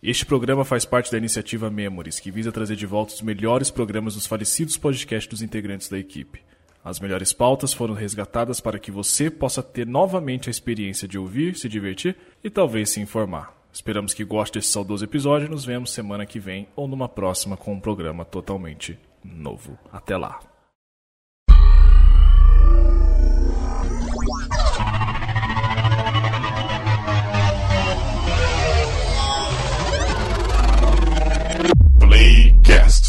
Este programa faz parte da iniciativa Memories, que visa trazer de volta os melhores programas dos falecidos podcasts dos integrantes da equipe. As melhores pautas foram resgatadas para que você possa ter novamente a experiência de ouvir, se divertir e talvez se informar. Esperamos que goste desse saudoso episódio e nos vemos semana que vem ou numa próxima com um programa totalmente novo. Até lá! Playcast.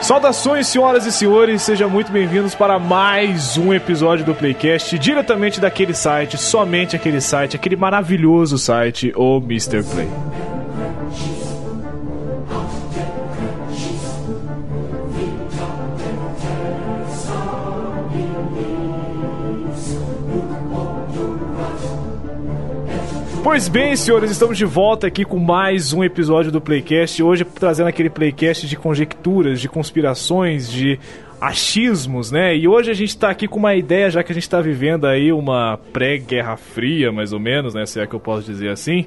Saudações, senhoras e senhores, sejam muito bem-vindos para mais um episódio do Playcast, diretamente daquele site, somente aquele site, aquele maravilhoso site, o Mr. Play. Pois bem, senhores, estamos de volta aqui com mais um episódio do Playcast. Hoje trazendo aquele Playcast de conjecturas, de conspirações, de achismos, né? E hoje a gente tá aqui com uma ideia, já que a gente tá vivendo aí uma pré-guerra fria, mais ou menos, né? Se é que eu posso dizer assim.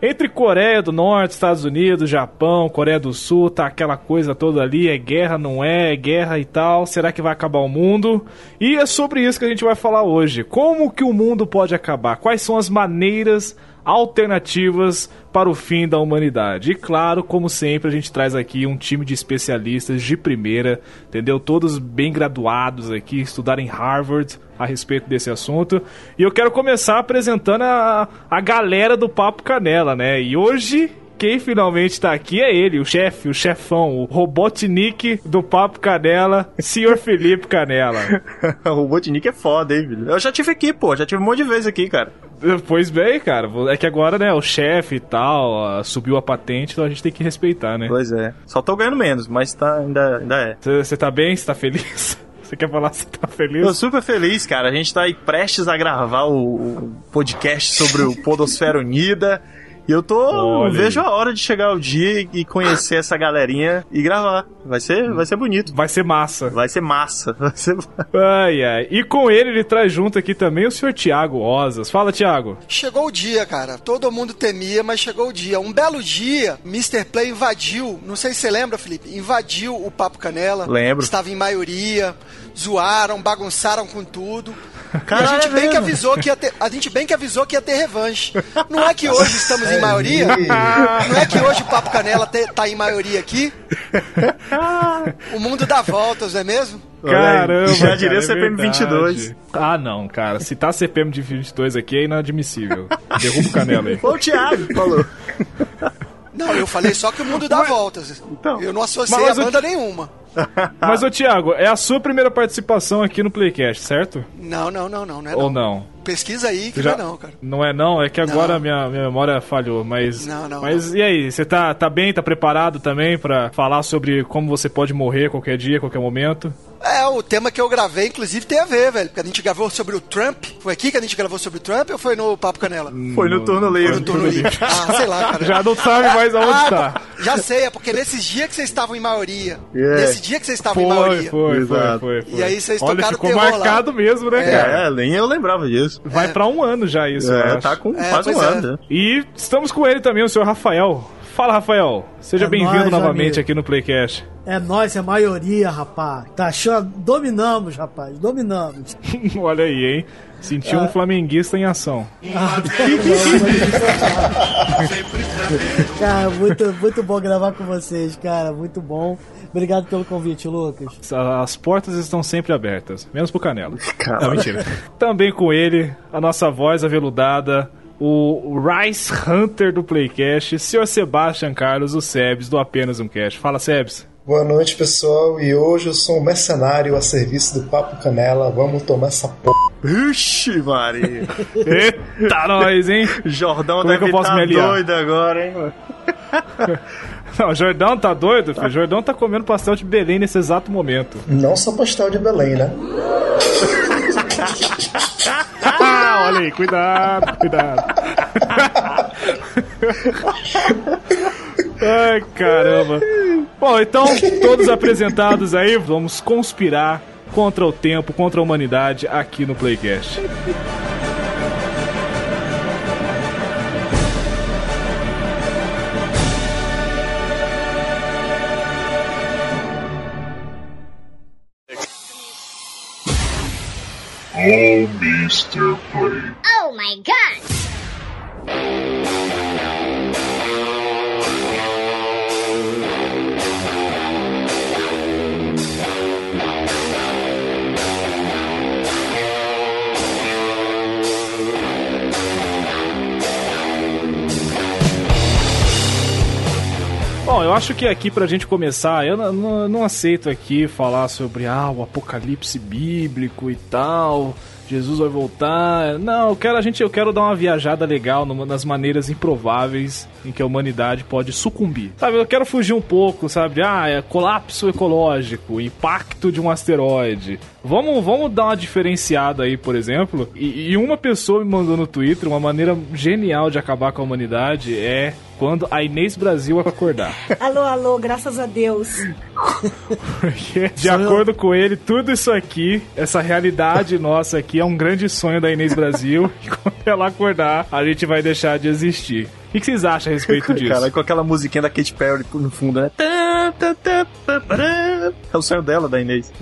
Entre Coreia do Norte, Estados Unidos, Japão, Coreia do Sul, tá aquela coisa toda ali, é guerra, não é, é guerra e tal, será que vai acabar o mundo? E é sobre isso que a gente vai falar hoje. Como que o mundo pode acabar? Quais são as maneiras alternativas para o fim da humanidade? E claro, como sempre, a gente traz aqui um time de especialistas de primeira, entendeu? Todos bem graduados aqui, estudaram em Harvard a respeito desse assunto. E eu quero começar apresentando a, a galera do Papo Canela, né? E hoje. Quem finalmente tá aqui é ele, o chefe, o chefão, o Robotnik do Papo Canela, Sr. Felipe Canela. O Robotnik é foda, hein, velho. Eu já tive aqui, pô. Já tive um monte de vezes aqui, cara. Pois bem, cara, é que agora, né, o chefe e tal, ó, subiu a patente, então a gente tem que respeitar, né? Pois é. Só tô ganhando menos, mas tá, ainda, ainda é. Você tá bem? Você tá feliz? Você quer falar se tá Tô feliz? super feliz, cara. A gente tá aí prestes a gravar o, o podcast sobre o Podosfera Unida. E eu tô. Olha aí. vejo a hora de chegar o dia e conhecer essa galerinha e gravar. Vai ser, vai ser bonito. Vai ser massa. Vai ser massa. Vai ser. Ai, ai. E com ele, ele traz junto aqui também o senhor Tiago Osas. Fala, Tiago. Chegou o dia, cara. Todo mundo temia, mas chegou o dia. Um belo dia, Mr. Play invadiu. Não sei se você lembra, Felipe. Invadiu o Papo Canela. Lembro. Estava em maioria. Zoaram, bagunçaram com tudo. Caralho, e a gente é bem que mesmo? avisou que ia ter, a gente bem que avisou que ia ter revanche. Não é que hoje estamos em maioria? Não é que hoje o Papo Canela te, tá em maioria aqui? O mundo dá voltas, não é mesmo? Olha aí. Caramba. Já cara, diria é CPM 22. verdade. Ah, não, cara. Se tá CPM de 22 aqui é inadmissível. Derruba o canela aí. Foi o Thiago que falou. Não, eu falei só que o mundo dá voltas. Então. eu não associei Mas a o- banda nenhuma. Ah. Mas, ô, Tiago, é a sua primeira participação aqui no Playcast, certo? Não, não, não, não, não é Ou não. não? Pesquisa aí que Já- não é não, cara. Não é não, é que agora Não. minha, minha memória falhou, mas. Não, não, Mas e aí, você tá, tá bem, tá preparado também pra falar sobre como você pode morrer qualquer dia, qualquer momento? É, o tema que eu gravei, inclusive, tem a ver, velho. Porque a gente gravou sobre o Trump. Foi aqui que a gente gravou sobre o Trump ou foi no Papo Canela? Hum, Foi no turno Foi livre. no turno livre. Ah, sei lá, cara. Já não sabe mais aonde Ah, tá. Já sei, é porque nesses dias que vocês estavam em maioria. Yeah. Nesse dia que vocês estavam em Foi, maioria. foi, foi, Exato. foi, foi. E aí vocês Olha, tocaram ficou terror lá. marcado mesmo, né, cara? É, nem eu lembrava disso. Vai pra um ano já isso, eu É, acho. tá com É, quase um pois é. ano. né? E estamos com ele também, o senhor Rafael. Fala, Rafael. Seja É bem-vindo nóis, novamente amigo. aqui no Playcast. É nós, é maioria, rapaz. Tá achando? Dominamos, rapaz, dominamos. Olha aí, hein? Ah. Sentiu um flamenguista em ação. Cara, muito, muito bom gravar com vocês, cara. Muito bom. Obrigado pelo convite, Lucas. As portas estão sempre abertas, menos pro Canelo. Cara. mentira. Também com ele, a nossa voz aveludada, o Rice Hunter do Playcast, Sr. Sebastian Carlos, o Sebs, do Apenas Um Cast. Fala, Sebs. Boa noite, pessoal. E hoje eu sou um mercenário a serviço do Papo Canela. Vamos tomar essa porra. Ixi, Maria. Eita, nós, hein? Jordão Como é que deve eu posso tá me aliar? doido agora, hein, mano? Não, o Jordão tá doido, filho. O Jordão tá comendo pastel de Belém nesse exato momento. Não só pastel de Belém, né? Ah, olha aí, cuidado, cuidado. Ai, caramba. Bom, então, todos apresentados aí, vamos conspirar contra o tempo, contra a humanidade aqui no Playcast. Oh, Mr. Play. Oh my god! Bom, eu acho que aqui pra gente começar, eu n- n- não aceito aqui falar sobre ah, o apocalipse bíblico e tal. Jesus vai voltar. Não, eu quero a gente, eu quero dar uma viajada legal numa das maneiras improváveis em que a humanidade pode sucumbir. Sabe, eu quero fugir um pouco, sabe? Ah, é colapso ecológico, impacto de um asteroide. Vamos, vamos dar uma diferenciada aí, por exemplo. E, e uma pessoa me mandou no Twitter uma maneira genial de acabar com a humanidade é quando a Inês Brasil é acordar. Alô, alô, graças a Deus. Porque, de acordo com ele, tudo isso aqui, essa realidade nossa aqui, é um grande sonho da Inês Brasil. e quando ela acordar, a gente vai deixar de existir. O que que vocês acham a respeito disso? Cara, com aquela musiquinha da Katy Perry no fundo, né? Tá, tá, tá, tá, pará. É o sonho dela, da Inês.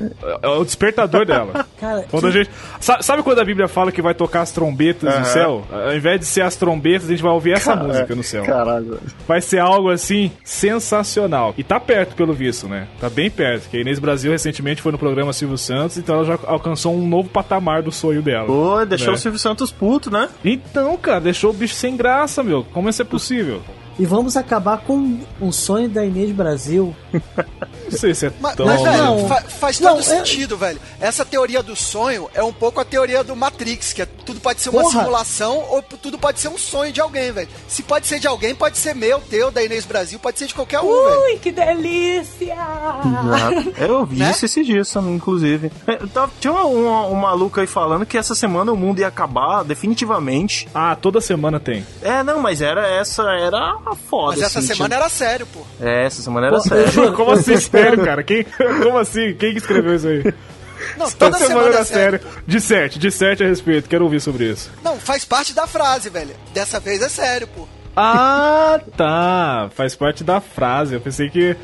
É o despertador dela. Cara, Quando a gente... Sa- Sabe quando a Bíblia fala que vai tocar as trombetas no céu? Ao invés de ser as trombetas, a gente vai ouvir essa música no céu. Caralho. Vai ser algo assim sensacional. E tá perto, pelo visto, né? Tá bem perto. Que a Inês Brasil recentemente foi no programa Silvio Santos, então ela já alcançou um novo patamar do sonho dela. Pô, deixou Né? o Silvio Santos puto, né? Então, cara, deixou o bicho sem graça, meu. Como isso é possível? E vamos acabar com um sonho da Inês Brasil. Não sei se é Mas, tão. mas, velho, não. fa- faz Não, todo é- sentido, velho. Essa teoria do sonho é um pouco a teoria do Matrix, que é, tudo pode ser uma Porra. simulação ou p- tudo pode ser um sonho de alguém, velho. Se pode ser de alguém, pode ser meu, teu, da Inês Brasil, pode ser de qualquer um, velho. Ui, que delícia! Eu vi Né? isso esses dias, inclusive. É, tá- Tinha um, um, um maluco aí falando que essa semana o mundo ia acabar definitivamente. Ah, toda semana tem. É, não, mas era essa, era a foda. Mas essa assim, semana era sério, pô. tinha- É, essa semana era Pô, sério. juro, Como eu tô assim, esperando- sério, cara? Quem, como assim? Quem que escreveu isso aí? Não, toda semana, era é sério. Disserte, disserte a respeito. Quero ouvir sobre isso. Não, faz parte da frase, velho. Dessa vez é sério, pô. Ah, tá. Faz parte da frase. Eu pensei que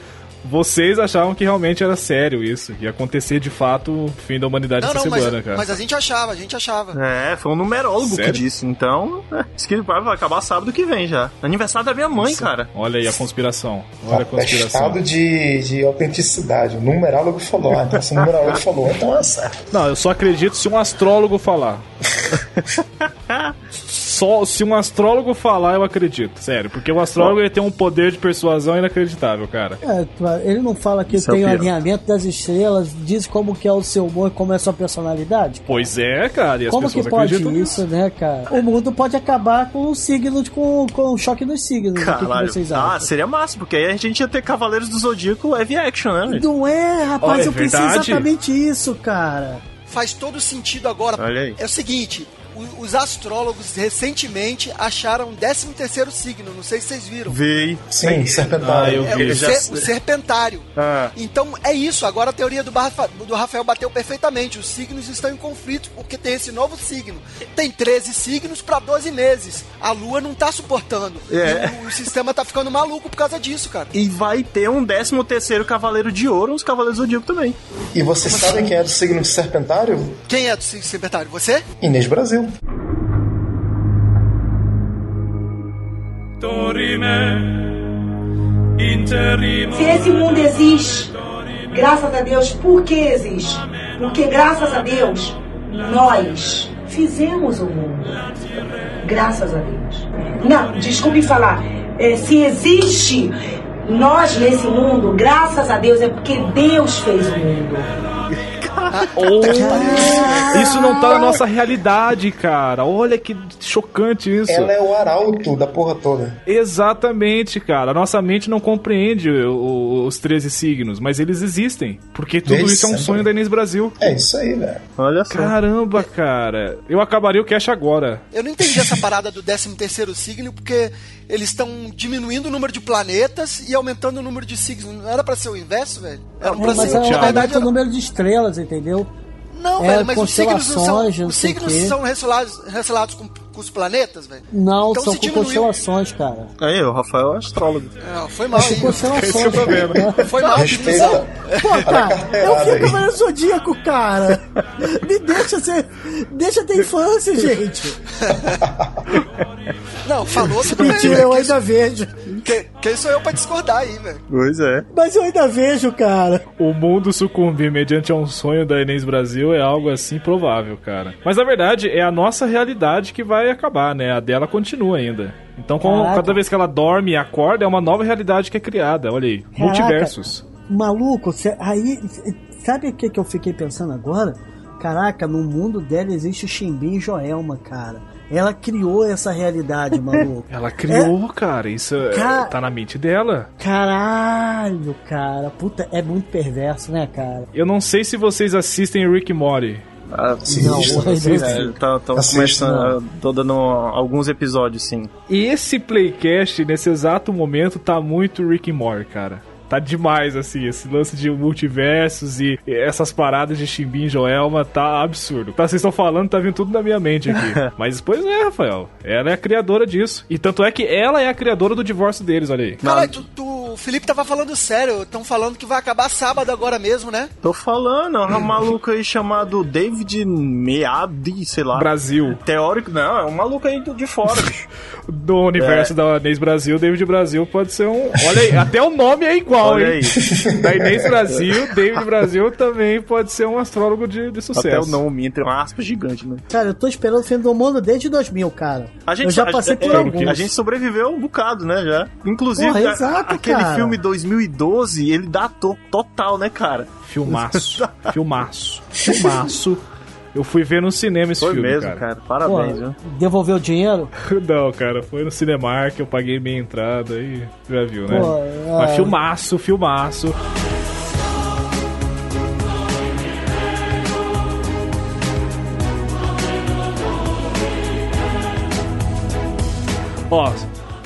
vocês achavam que realmente era sério isso. Que ia acontecer de fato o fim da humanidade Não, essa não, mas, semana, cara. mas a gente achava, a gente achava. É, foi um numerólogo Sério? que disse, então. é, Diz que vai vai acabar sábado que vem já. Aniversário da minha mãe, cara. Olha aí a conspiração. Olha a conspiração. Atestado de, de autenticidade. O numerólogo falou, ah, então se o numerólogo falou, então é certo. Não, eu só acredito se um astrólogo falar. só se um astrólogo falar, eu acredito. Sério, porque o astrólogo ele tem um poder de persuasão inacreditável, cara. É, claro, ele não fala que Isso é o tem o pior. alinhamento das estrelas, diz como que é o seu humor, como é a sua personalidade. Pois é, cara, e as Como que pessoas pode acreditam nisso. isso, né, cara? O mundo pode acabar com os signos, com, com o choque dos signos. O que que, Caralho. vocês ah, acham? seria massa, porque aí a gente ia ter Cavaleiros do Zodíaco live action, né? gente? Não é, rapaz, Olha, é eu pensei verdade. exatamente isso, cara. Faz todo sentido agora. Olha aí. É o seguinte, o- os astrólogos recentemente acharam um 13 terceiro signo, não sei se vocês viram. Vei. Sim, Ah, serpentário. eu É vi. o, já ser- o serpentário. Ah. Então é isso. Agora a teoria do, Barfa- do Rafael bateu perfeitamente. Os signos estão em conflito porque tem esse novo signo. Tem 13 signos para 12 meses. A Lua não tá suportando. É. E o, o sistema tá ficando maluco por causa disso, cara. E vai ter um 13 terceiro Cavaleiro de Ouro, uns Cavaleiros do Zodíaco também. E vocês sabem assim? quem era o signo de serpentário? Quem é do signo serpentário? Você? Inês Brasil. Se esse mundo existe, graças a Deus, por que existe? Porque graças a Deus, nós fizemos o mundo. Graças a Deus. Não, desculpe falar. É, se existe nós nesse mundo, graças a Deus, é porque Deus fez o mundo. Isso não Ah. tá na nossa realidade, cara. Olha que chocante isso. Ela é o arauto da porra toda. Exatamente, cara. A nossa mente não compreende o- o- os 13 signos, mas eles existem. Porque tudo Eles isso é um são. sonho da Inês Brasil. É isso aí, velho. Olha só. Caramba, cara. Eu acabaria o cast agora. Eu não entendi essa parada do 13 terceiro signo, porque eles estão diminuindo o número de planetas e aumentando o número de signos. Não era pra ser o inverso, velho? Era pra mas ser... é, na Thiago. verdade é o era- número de estrelas, entendeu? Não, É, velho, mas os signos não são, constelações, não os sei signos o quê. são relacionados, relacionados com, com os planetas, velho? Não, Então são se com diminuiu. constelações, cara. Aí, o Rafael é astrólogo. Não, foi mal, hein? Constelações. Esse é o problema. cara. Foi mal, Respeita. Pô, cara, eu carteirada fui aí. Cavaleiro Zodíaco, cara. Me deixa ser. Deixa ter infância, gente. Não, falou tudo bem. Mentira, eu ainda vejo. Quem, quem sou é eu pra discordar aí, velho? Pois é. Mas eu ainda vejo, cara. O mundo sucumbir mediante a um sonho da Inês Brasil é algo assim provável, cara. Mas na verdade é a nossa realidade que vai acabar, né? A dela continua ainda. Então, com- Caraca. cada vez que ela dorme e acorda, é uma nova realidade que é criada. Olha aí, multiversos. Maluco, cê- aí. cê- Sabe o que, que eu fiquei pensando agora? Caraca, no mundo dela existe Ximbim e Joelma, cara. Ela criou essa realidade, maluco. Ela criou, cara. Isso é- Ca- tá na mente dela. Caralho, cara. Puta, é muito perverso, né, cara? Eu não sei se vocês assistem Rick e Morty. Ah, Não, Sinistro. eu sim, não- né? Tá, tá Assista, começando. Tô dando alguns episódios, sim. Esse playcast, nesse exato momento, tá muito Rick and Morty, cara. Tá demais, assim, esse lance de multiversos e essas paradas de Chimbim e Joelma tá absurdo. Tá, vocês estão falando, tá vindo tudo na minha mente aqui. Mas, pois é, Rafael. Ela é a criadora disso. E tanto é que ela é a criadora do divórcio deles, olha aí. Caralho, tu, tu- o Felipe tava falando sério. Estão falando que vai acabar sábado agora mesmo, né? Tô falando, é um maluco aí chamado David Meade, sei lá. Brasil. Teórico, não, é um maluco aí do- de fora, bicho. Do É. universo da Inês Brasil, David Brasil pode ser um. Olha aí, até o nome é igual, Olha hein? aí. Da Inês Brasil, David Brasil também pode ser um astrólogo de, de sucesso. Até o nome, entre uma aspa gigante, né? Cara, eu tô esperando o fim do mundo desde 2000, cara. A gente, eu já a- passei por é, alguns. A gente sobreviveu um bocado, né, já. Inclusive, Porra, a- exato, aquele cara. filme 2012, ele datou total, né, cara? Filmaço. filmaço. Filmaço. Eu fui ver no cinema esse Foi filme, mesmo, cara. cara. Parabéns, viu? Pô, devolveu o dinheiro? Não, cara, foi no cinema que eu paguei minha entrada e já viu, né? Pô, é. Mas filmaço, filmaço. Ó,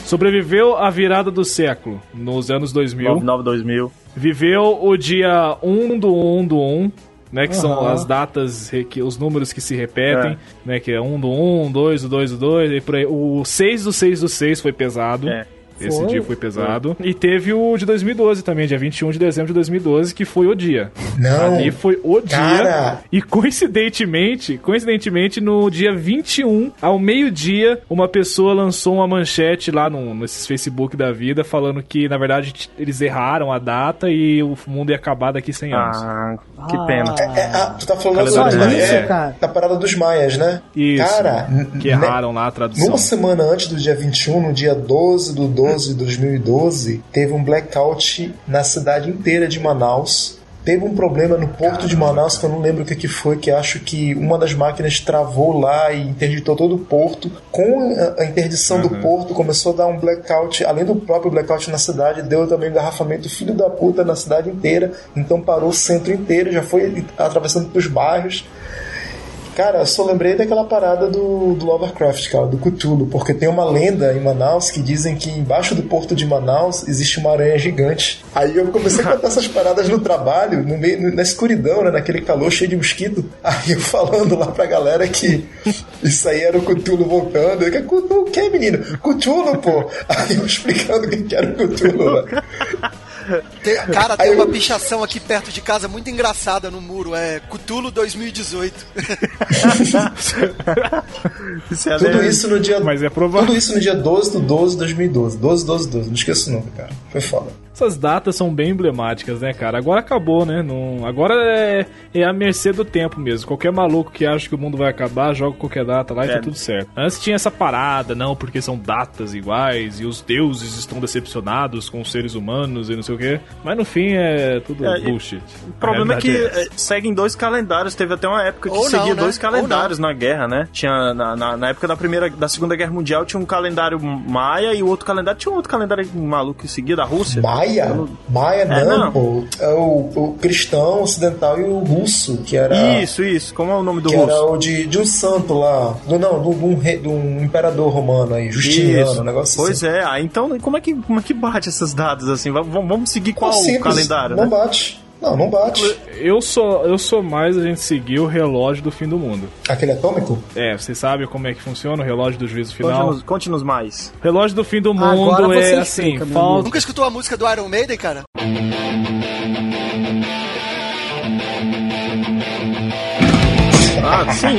sobreviveu à virada do século, nos anos 2000. 99 2000. Viveu o dia 1 do 1 do 1, né? Que são as datas, re- que, os números que se repetem, É. né? Que é 1 do 1, 2 do 2 do 2, e por aí. O 6 do 6 do 6 foi pesado. É. Esse Foi. dia foi pesado. E teve o de 2012 também, dia 21 de dezembro de 2012, que foi o dia. Não. Ali foi o dia. Então, Cara. E coincidentemente, coincidentemente, no dia 21, ao meio-dia, uma pessoa lançou uma manchete lá no, nesses Facebook da vida, falando que, na verdade, t- eles erraram a data e o mundo ia acabar daqui 100 anos. Ah, que pena. Ah. É, ah, tu tá falando Só dos maias, isso, é, cara? da parada dos maias, né? Isso. Cara, que é né- erraram lá a tradução. Numa semana antes do dia 21, no dia 12 do 12 de 2012, teve um blackout na cidade inteira de Manaus. Teve um problema no porto de Manaus, que eu não lembro o que, que foi, que acho que uma das máquinas travou lá e interditou todo o porto. Com a- a interdição do porto, começou a dar um blackout, além do próprio blackout na cidade, deu também um engarrafamento filho da puta na cidade inteira. Então parou o centro inteiro, já foi atravessando pros bairros. Cara, eu só lembrei daquela parada do, do Lovecraft, cara, do Cthulhu, porque tem uma lenda em Manaus que dizem que embaixo do porto de Manaus existe uma aranha gigante. Aí eu comecei a contar essas paradas no trabalho, no meio, no- na escuridão, né, naquele calor cheio de mosquito. Aí eu falando lá pra galera que isso aí era o Cthulhu voltando. Eu, que Cthulhu o que, menino? Cthulhu, pô! Aí eu explicando o que que era o Cthulhu, né? Tem- cara, tem Aí uma eu- pichação aqui perto de casa muito engraçada no muro. É Cutulo 2018. Isso é Tudo lenda. isso no dia... Mas é provável. Tudo isso no dia 12 do 12 de 2012. 12, 12, 12. Não esqueço nunca, cara. Foi foda. Essas datas são bem emblemáticas, né, cara? Agora acabou, né? Não... Agora é... é a mercê do tempo mesmo. Qualquer maluco que acha que o mundo vai acabar, joga qualquer data lá e É. tá tudo certo. Antes tinha essa parada, não, porque são datas iguais e os deuses estão decepcionados com os seres humanos e não sei o quê. Mas no fim é tudo É, e- bullshit. O problema é que A realidade eh, seguem dois calendários. Teve até uma época que Ou não, seguia né? dois Ou calendários na guerra, né? Tinha na, na, na época da primeira, da segunda guerra mundial tinha um calendário maia e o outro calendário tinha um outro calendário maluco que seguia da Rússia. Maia? Maia não, É, não. pô. É o, o cristão ocidental e o russo, que era. Isso, isso. Como é o nome do Que russo? era o de, de um santo lá. Do, não, de um, rei- de um imperador romano aí, Justiniano, Isso. um negócio pois assim. é, ah, então como é, que, como é que bate essas datas assim? Vamos, vamos seguir qual o Simples, calendário, Não né? bate. Não, não bate. é- Eu sou, eu sou mais a gente seguir o relógio do fim do mundo. Aquele atômico? É, vocês sabem como é que funciona o relógio do juízo final. Conte-nos conte-nos mais. Relógio do fim do Ah, Agora mundo você é assim, explica, meu falta. Nunca escutou a música do Iron Maiden, cara? Ah, sim.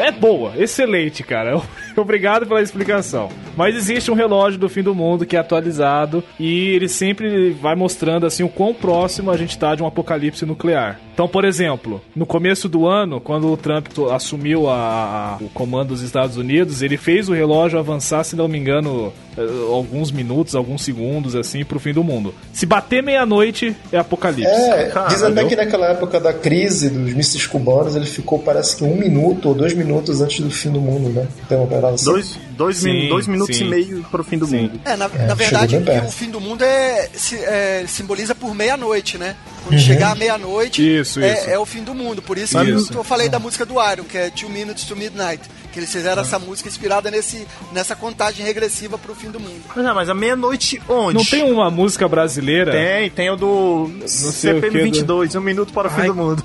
É boa, excelente, cara. Obrigado pela explicação. Mas existe um relógio do fim do mundo que é atualizado e ele sempre vai mostrando assim o quão próximo a gente tá de um apocalipse nuclear. Então, por exemplo, no começo do ano, quando o Trump to- assumiu a- o comando dos Estados Unidos, ele fez o relógio avançar, se não me engano, eh, alguns minutos, alguns segundos assim pro fim do mundo. Se bater meia-noite é apocalipse. É, Cara, diz até eu- que naquela época da crise dos mísseis cubanos, ele ficou, parece que um minuto ou dois minutos antes do fim do mundo, né? Tem uma parada assim. Dois, dois, Sim, min- dois minutos sim. e meio pro fim do Sim. mundo. É, na, na verdade, chegou bem perto. o fim do mundo é, se- é, simboliza por meia-noite, né? Uhum. Quando chegar a meia-noite, Isso, é, isso. é o fim do mundo. Por isso, Isso. que eu falei da música do Iron, que é Two Minutes to Midnight. Que eles fizeram Ah. essa música inspirada nesse, nessa contagem regressiva pro fim do mundo. Mas, ah, mas a meia-noite onde? Não tem uma música brasileira? Tem, tem o do sei o que, CPM 22, um minuto para o fim do mundo.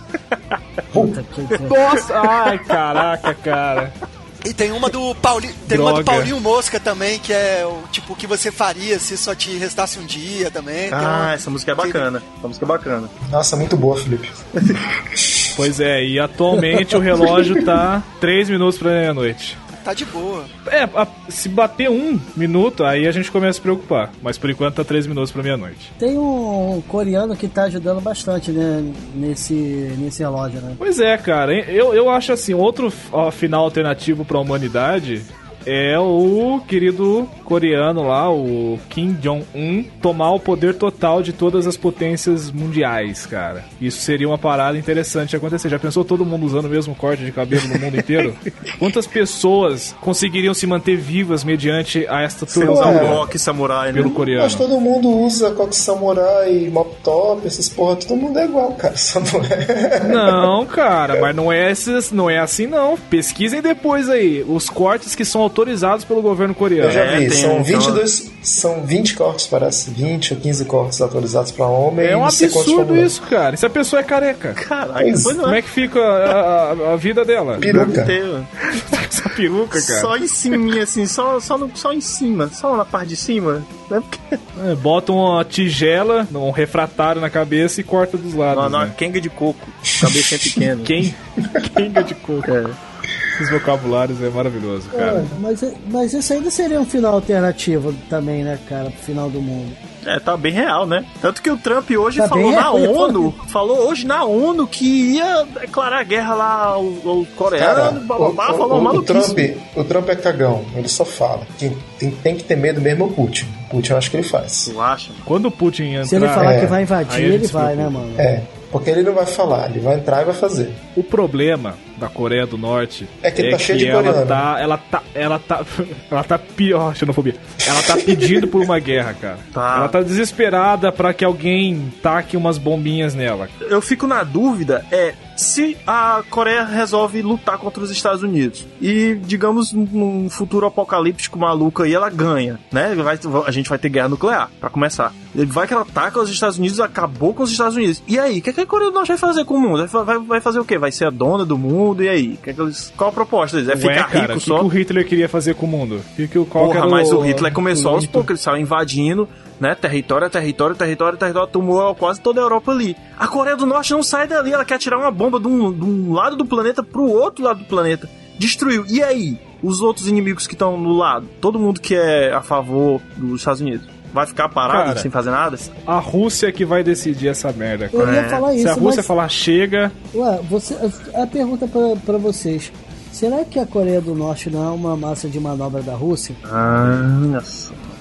Puta que pariu. Nossa, ai, caraca, cara. E tem uma do Paulinho. Tem uma do Droga. Paulinho Mosca também, que é o tipo o que você faria se só te restasse um dia também. Tem Ah, uma- essa música é bacana. Essa música é bacana. Nossa, muito boa, Felipe. Pois é, e atualmente o relógio tá 3 minutos pra meia-noite. Tá de boa. É, a- se bater um minuto, aí a gente começa a se preocupar. Mas por enquanto tá 3 minutos pra meia-noite. Tem um coreano que tá ajudando bastante, né? Nesse, nesse relógio, né? Pois é, cara, hein, eu, eu acho assim, outro ó, final alternativo pra humanidade é o querido coreano lá, o Kim Jong-un, tomar o poder total de todas as potências mundiais, cara. Isso seria uma parada interessante de acontecer. Já pensou todo mundo usando o mesmo corte de cabelo no mundo inteiro? Quantas pessoas conseguiriam se manter vivas mediante a esta Você tortura usa é. um rock samurai, né? pelo coreano? Mas todo mundo usa coque samurai, mop top, essas porra, todo mundo é igual, cara. Só não é. Não, cara, mas não é, esses, não é assim não. Pesquisem depois aí os cortes que são autorizados pelo governo coreano. Eu já É, vi, tem são um- 22, são 20 cortes, parece, 20 ou 15 cortes autorizados pra homem. É e um não sei quantos pra absurdo mulher. isso, cara. E se a pessoa é careca? Caraca, Isso. pois não Como é. é que fica a, a- a vida dela? Peruca. Teu. Essa peruca, cara. Só em cima, assim, só, só, no, só em cima, só na parte de cima. Né? Porque- É, Bota uma tigela, um refratário na cabeça e corta dos lados. Não, não, né? Kenga de coco, cabeça é pequena. Quem? Quenga de coco. É. Esses vocabulários é maravilhoso, cara. Mas, é, mas isso ainda seria um final alternativo também, né, cara? Pro final do mundo. É, tá bem real, né? Tanto que o Trump hoje Tá falou bem na real. ONU, falou hoje na ONU que ia declarar guerra lá ao, ao Cara, coreano, blá blá o, blá, o- falou o- o maluquice. Trump, o Trump é cagão, ele só fala. Quem tem, tem que ter medo mesmo é o Putin. O Putin eu acho que ele faz. Tu acha? mano? Quando o Putin entrar... Se ele falar é. que vai Ah, Aí invadir, a gente ele se vai, né, preocupa. mano? É, porque ele não vai falar, ele vai entrar e vai fazer. O problema da Coreia do Norte É que tá cheio de ela coreano. né? tá, ela tá, ela tá, ela tá pior, xenofobia. Ela tá pedindo por uma guerra, cara. Tá. Ela tá desesperada pra que alguém taque umas bombinhas nela. Eu fico na dúvida é se a Coreia resolve lutar contra os Estados Unidos e, digamos, num- num futuro apocalíptico maluco aí, ela ganha, né? Vai- a gente vai ter guerra nuclear, pra começar. Vai que ela ataca os Estados Unidos, acabou com os Estados Unidos. E aí, o que, que a Coreia do Norte vai fazer com o mundo? Vai, vai- vai fazer o quê? Vai ser a dona do mundo? E aí? Que que eles- qual a proposta deles? É Ué, ficar cara, rico o que só? que o Hitler queria fazer com o mundo? Que que o- qual que Porra, era mas o Hitler começou o aos poucos, ele saiu invadindo, né? Território, território, território, território, tomou quase toda a Europa ali. A Coreia do Norte não sai dali, ela quer tirar uma bomba de um, de um lado do planeta pro outro lado do planeta. Destruiu. E aí? Os outros inimigos que estão no lado? Todo mundo que é a favor dos Estados Unidos. vai ficar parado Cara. sem fazer nada? A Rússia é que vai decidir essa merda. Eu cara. ia falar Se a É isso, Rússia mas... falar chega, Ué, você, é a a pergunta pra pra vocês. Será que a Coreia do Norte não é uma massa de manobra da Rússia? Ah,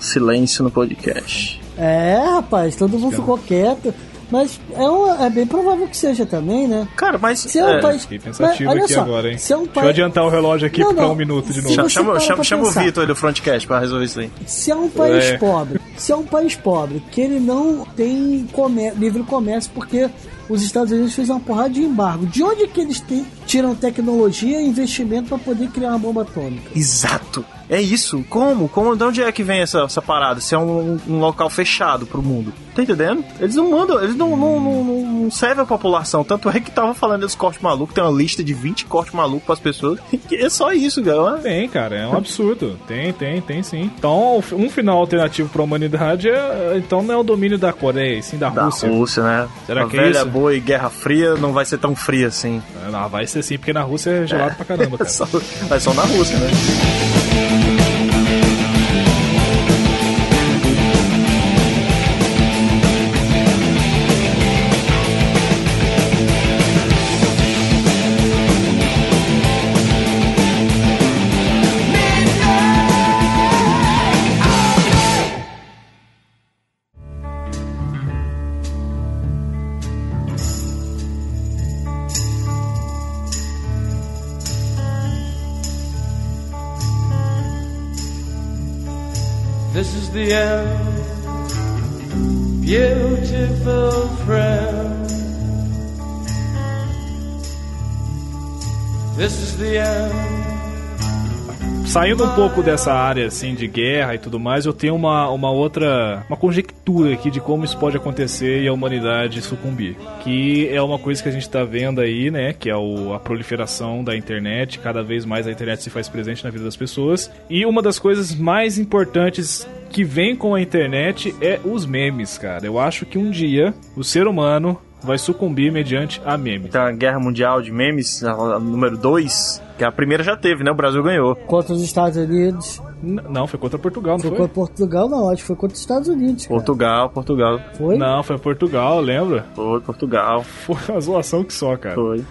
silêncio no podcast. É, rapaz, todo mundo ficou quieto. Mas é, uma- é bem provável que seja também, né? Cara, mas. Se é um é, país. fiquei pensativo mas, olha aqui só, agora, hein? Se é um Deixa eu país. adiantar o relógio aqui Não, pra não. um minuto de Se novo. você Chama, para chama, pra chama o pensar. Vitor aí do Frontcast pra resolver isso aí. Se é um país É. pobre, se é um país pobre, que ele não tem comé- livre comércio, porque os Estados Unidos fizeram uma porrada de embargo. De onde é que eles têm- tiram tecnologia e investimento para poder criar uma bomba atômica? Exato. É isso. Como? Como? De onde é que vem essa, essa parada? Se é um, um local fechado pro mundo. Tá entendendo? Eles não mandam, eles não, não, não, não- não servem a população. Tanto é que tava falando dos cortes malucos, tem uma lista de 20 cortes malucos pras pessoas. E é só isso, galera. Tem, cara, é um absurdo. Tem, tem, tem sim. Então, um final alternativo pra humanidade é. Então não é o domínio da Coreia, e sim da, Da Rússia. Rússia, né? Será a que é velha isso? boa e Guerra Fria não vai ser tão fria assim. Ah, vai ser sim, porque na Rússia é gelado pra caramba, É cara. só, é só na Rússia, né? This is the end, beautiful friend. This is the end. Saindo um pouco dessa área assim de guerra e tudo mais, eu tenho uma, uma outra uma conjectura aqui de como isso pode acontecer e a humanidade sucumbir, que é uma coisa que a gente tá vendo aí, né, que é o- a proliferação da internet, cada vez mais a internet se faz presente na vida das pessoas, e uma das coisas mais importantes que vem com a internet é os memes, cara. Eu acho que um dia o ser humano vai sucumbir mediante a memes. Tem a Guerra Mundial de Memes, a, a número 2, que a primeira já teve, né? O Brasil ganhou. Contra os Estados Unidos. N- não, foi contra Portugal, não Foi foi? contra Portugal, não, acho que foi contra os Estados Unidos. cara. Portugal, Portugal. Foi? Não, foi Portugal, lembra? Foi, Portugal. Foi é uma zoação que só, cara. Foi.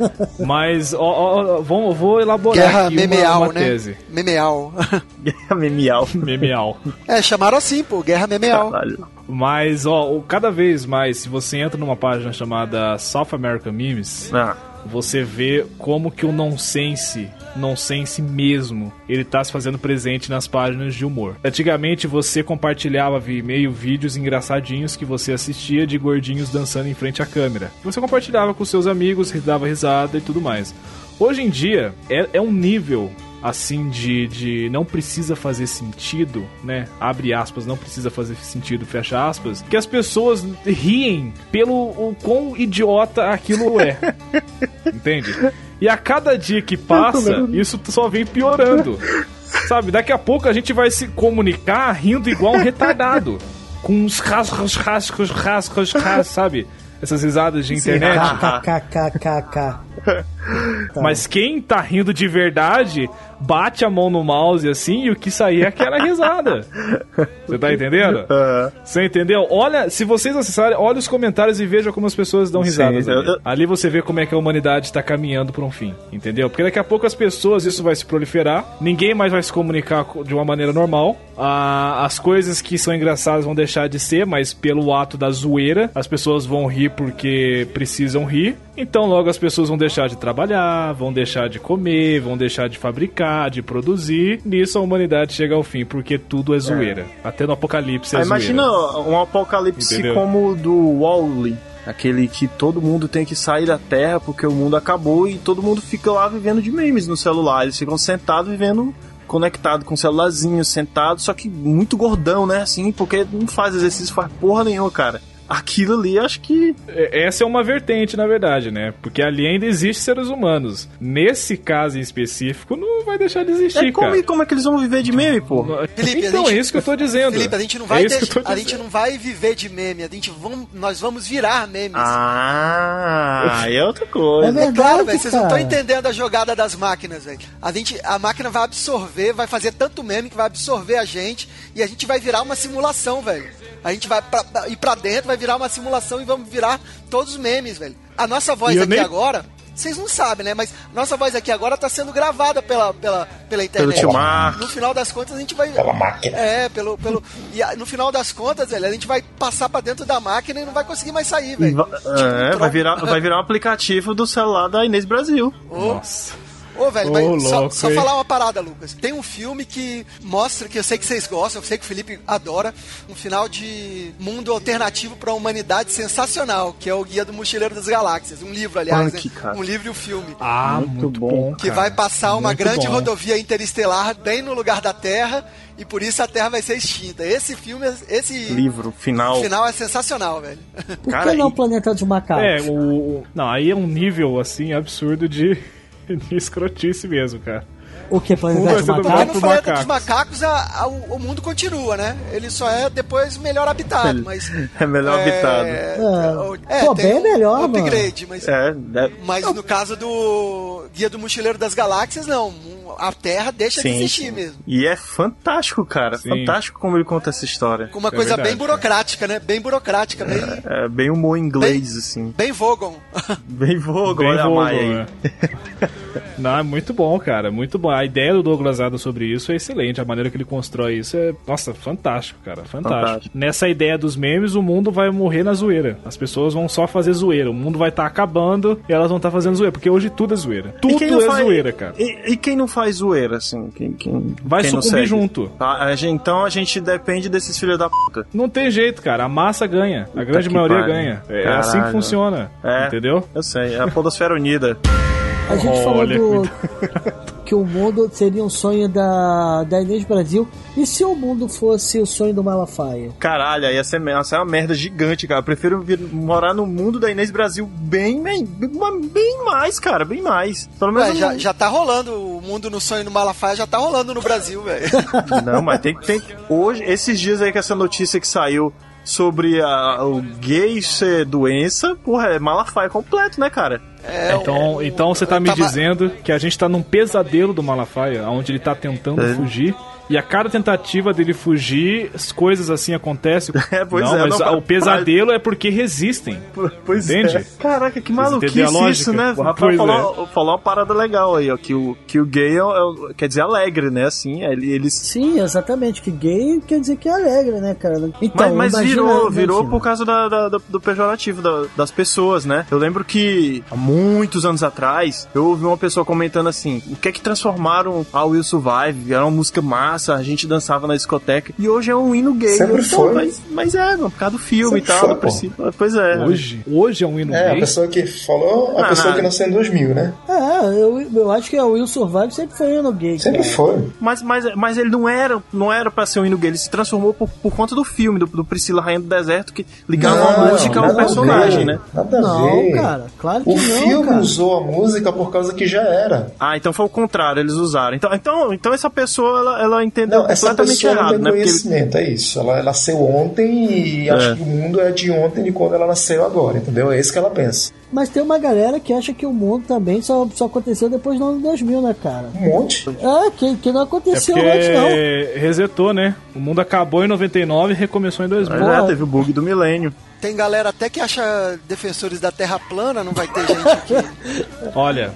Mas, ó, ó, ó, vamos, eu vou elaborar Guerra aqui uma- memeal, uma, né? tese. Memeal. Guerra Memeal. Memeal. É, chamaram assim, pô, guerra memeal. Tá. Caralho. Mas, ó, o- cada vez mais, se você entra numa página chamada South American Memes, Ah, você vê como que o nonsense, nonsense mesmo, ele tá se fazendo presente nas páginas de humor. Antigamente você compartilhava via e-mail vídeos engraçadinhos que você assistia de gordinhos dançando em frente à câmera. Você compartilhava com seus amigos, dava risada e tudo mais. Hoje em dia é, é um nível assim de, de não precisa fazer sentido, né? Abre aspas, não precisa fazer sentido, fecha aspas, que as pessoas riem pelo o quão idiota aquilo é. Entende? E a cada dia que passa, isso só vem piorando. Sabe, daqui a pouco a gente vai se comunicar rindo igual um retardado. Com uns rascos, rascos, rascos, rascos, sabe? Essas risadas de internet. tá, KKKKK. Mas quem tá rindo de verdade, bate a mão no mouse assim e o que sair é aquela risada. Você tá entendendo? É. ah, Você entendeu? Olha, se vocês acessarem, olha os comentários e veja como as pessoas dão Sim, risadas. eu- ali. eu- Ali você vê como é que a humanidade tá caminhando pra um fim, entendeu? Porque daqui a pouco as pessoas, isso vai se proliferar, ninguém mais vai se comunicar co- de uma maneira normal, a- as coisas que são engraçadas vão deixar de ser, mas pelo ato da zoeira, as pessoas vão rir porque precisam rir, então logo as pessoas vão deixar de trabalhar, vão deixar de comer, vão deixar de fabricar, de produzir, nisso a humanidade chega ao fim, porque tudo é zoeira. Até no apocalipse é aí Ah, imagina zoeira. um apocalipse Entendeu? como o do Wall-E. Aquele que todo mundo tem que sair da Terra porque o mundo acabou e todo mundo fica lá vivendo de memes no celular. Eles ficam sentados vivendo conectado com o celularzinho, sentado, só que muito gordão, né? Assim, porque não faz exercício, faz porra nenhuma, cara. Aquilo ali, acho que É, Essa é uma vertente, na verdade, né? Porque ali ainda existe seres humanos. Nesse caso em específico, não vai deixar de existir, É como, cara. como é que eles vão viver de meme, pô? Felipe, a então, gente- é isso que eu tô dizendo. Felipe, a gente não É vai isso que ter- eu tô a dizendo. gente não vai viver de meme, a gente vamos, nós vamos virar memes. Ah, é outra É coisa. É claro, verdade, velho, vocês não estão cara. entendendo a jogada das máquinas, velho. A gente, a máquina vai absorver, vai fazer tanto meme que vai absorver a gente e a gente vai virar uma simulação, velho. A gente vai pra, pra- ir pra dentro, vai virar uma simulação e vamos virar todos os memes, velho. A nossa E voz eu aqui nem- agora, vocês não sabem, né? Mas nossa voz aqui agora tá sendo gravada pela, pela, pela Pelo internet. Tilmar. No final das contas, a gente vai. Pela máquina. É, pelo. pelo e a- no final das contas, velho, a gente vai passar pra dentro da máquina e não vai conseguir mais sair, velho. É, vai virar, vai virar um aplicativo do celular da Inês Brasil. Nossa. Ô, velho, Ô, mas só, louco, só hein? falar uma parada, Lucas. Tem um filme que mostra, que eu sei que vocês gostam, eu sei que o Felipe adora, um final de mundo alternativo pra humanidade sensacional, que é o Guia do Mochileiro das Galáxias. Um livro, aliás, Punk, né? cara. Um livro e um filme. Ah, muito, bom. Que vai passar uma muito grande bom. rodovia interestelar bem no lugar da Terra e por isso a Terra vai ser extinta. Esse filme, esse Livro, final. final é sensacional, velho. Por Cara, que não e- o Planeta dos Macacos? É, o. o- Não, aí é um nível, assim, absurdo de, de escrotice mesmo, cara. O que? Um Planeta vai dos ser do Mas Macacos? Macaco. no planeta dos macacos, a- a- o, o mundo continua, né? Ele só é depois melhor habitado, mas. É melhor habitado. É, pô, bem melhor, mano. um upgrade, mas. É, é- Mas no caso do Guia do Mochileiro das Galáxias, não. A Terra deixa de sim, existir sim. mesmo. E é fantástico, cara. Sim. Fantástico como ele conta essa história. Com uma É coisa verdade, bem burocrática, né? Bem burocrática, bem, É bem humor inglês, assim. bem Vogon. Bem vogo, Bem olha a vulgo, Maia aí. né? Não, é muito bom, cara, muito bom. A ideia do Douglas Adams sobre isso é excelente, a maneira que ele constrói isso é, nossa, fantástico, cara, fantástico. Fantástico. Nessa ideia dos memes, o mundo vai morrer na zoeira. As pessoas vão só fazer zoeira, o mundo vai estar acabando e elas vão estar fazendo zoeira, porque hoje tudo é zoeira. Tudo quem não é faz- zoeira, cara. E, e quem não faz zoeira, assim? Quem, quem, Vai quem não sucumbir segue? junto. A- a gente- então a gente depende desses filhos da puta. Não tem jeito, cara. A massa ganha. A grande que maioria pariu. ganha. É Caralho. assim que funciona. É. Entendeu? Eu sei, é a Podosfera Unida. A gente falou Olha, do, que o mundo seria um sonho da, da Inês Brasil. E se o mundo fosse o sonho do Malafaia? Caralho, aí ia ser, ia ser uma merda gigante, cara. Eu prefiro vir- morar no mundo da Inês Brasil bem, bem, bem mais, cara, bem mais. Pelo menos. Ué, já, um- já tá rolando. O mundo no sonho do Malafaia já tá rolando no Brasil, velho. Não, mas tem que. Tem... que- Hoje, esses dias aí que essa notícia que saiu sobre a- o gay ser doença, porra, é malafaia completo, né, cara? então, é, então você tá me tava- dizendo que a gente tá num pesadelo do Malafaia, onde ele tá tentando É. fugir. E a cada tentativa dele fugir, as coisas assim acontecem. É, pois não, é, mas não, a- pra- o pesadelo é porque resistem. Pois Entende? é. Caraca, que maluquice entenderam a lógica? isso, né? O Pois Rafael falou, falou uma parada legal aí, ó. Que o, que o gay é, o- é o- quer dizer alegre, né? Assim, ele, eles. Sim, exatamente. Que gay quer dizer que é alegre, né, cara? Mas, Então, mas imagina- virou, virou imagina. por causa da- da- da- do pejorativo da- das pessoas, né? Eu lembro que há muitos anos atrás eu ouvi uma pessoa comentando assim: o que é que transformaram a Will Survive? Era uma música massa, a gente dançava na discoteca e hoje é um hino gay. Sempre Eu, foi. Mas, mas é, mano, por causa do filme Sempre e tal. foi, do pô. princípio. Pois é. Hoje, hoje é um hino É, a gay. pessoa que falou, a Ah, pessoa nada. que nasceu em 2000, né? É, eu, eu acho que o Will Survive sempre foi no gay. Sempre cara. foi. Mas, mas, mas ele não era não era para ser um hino gay, ele se transformou por, por conta do filme, do, do Priscila Rainha do Deserto, que ligava uma música nada ao a personagem, ver, né? Nada a Não, ver. cara, claro que O não. filme cara. usou a música por causa que já era. Ah, então foi o contrário, eles usaram. Então, então, então essa pessoa, ela, ela entendeu Não, essa completamente pessoa não errado, tem né? Porque ele- conhecimento, é isso. Ela ela nasceu ontem e acha que o mundo é de ontem de quando ela nasceu agora, entendeu? É isso que ela pensa. Mas tem uma galera que acha que o mundo também só, só aconteceu depois do ano 2000, né, cara? Um monte. É, que, que não É aconteceu antes, não. porque resetou, né? O mundo acabou em 99 e recomeçou em 2000. Mas, é, teve o bug do milênio. Tem galera até que acha defensores da Terra plana, não vai ter gente aqui. Olha,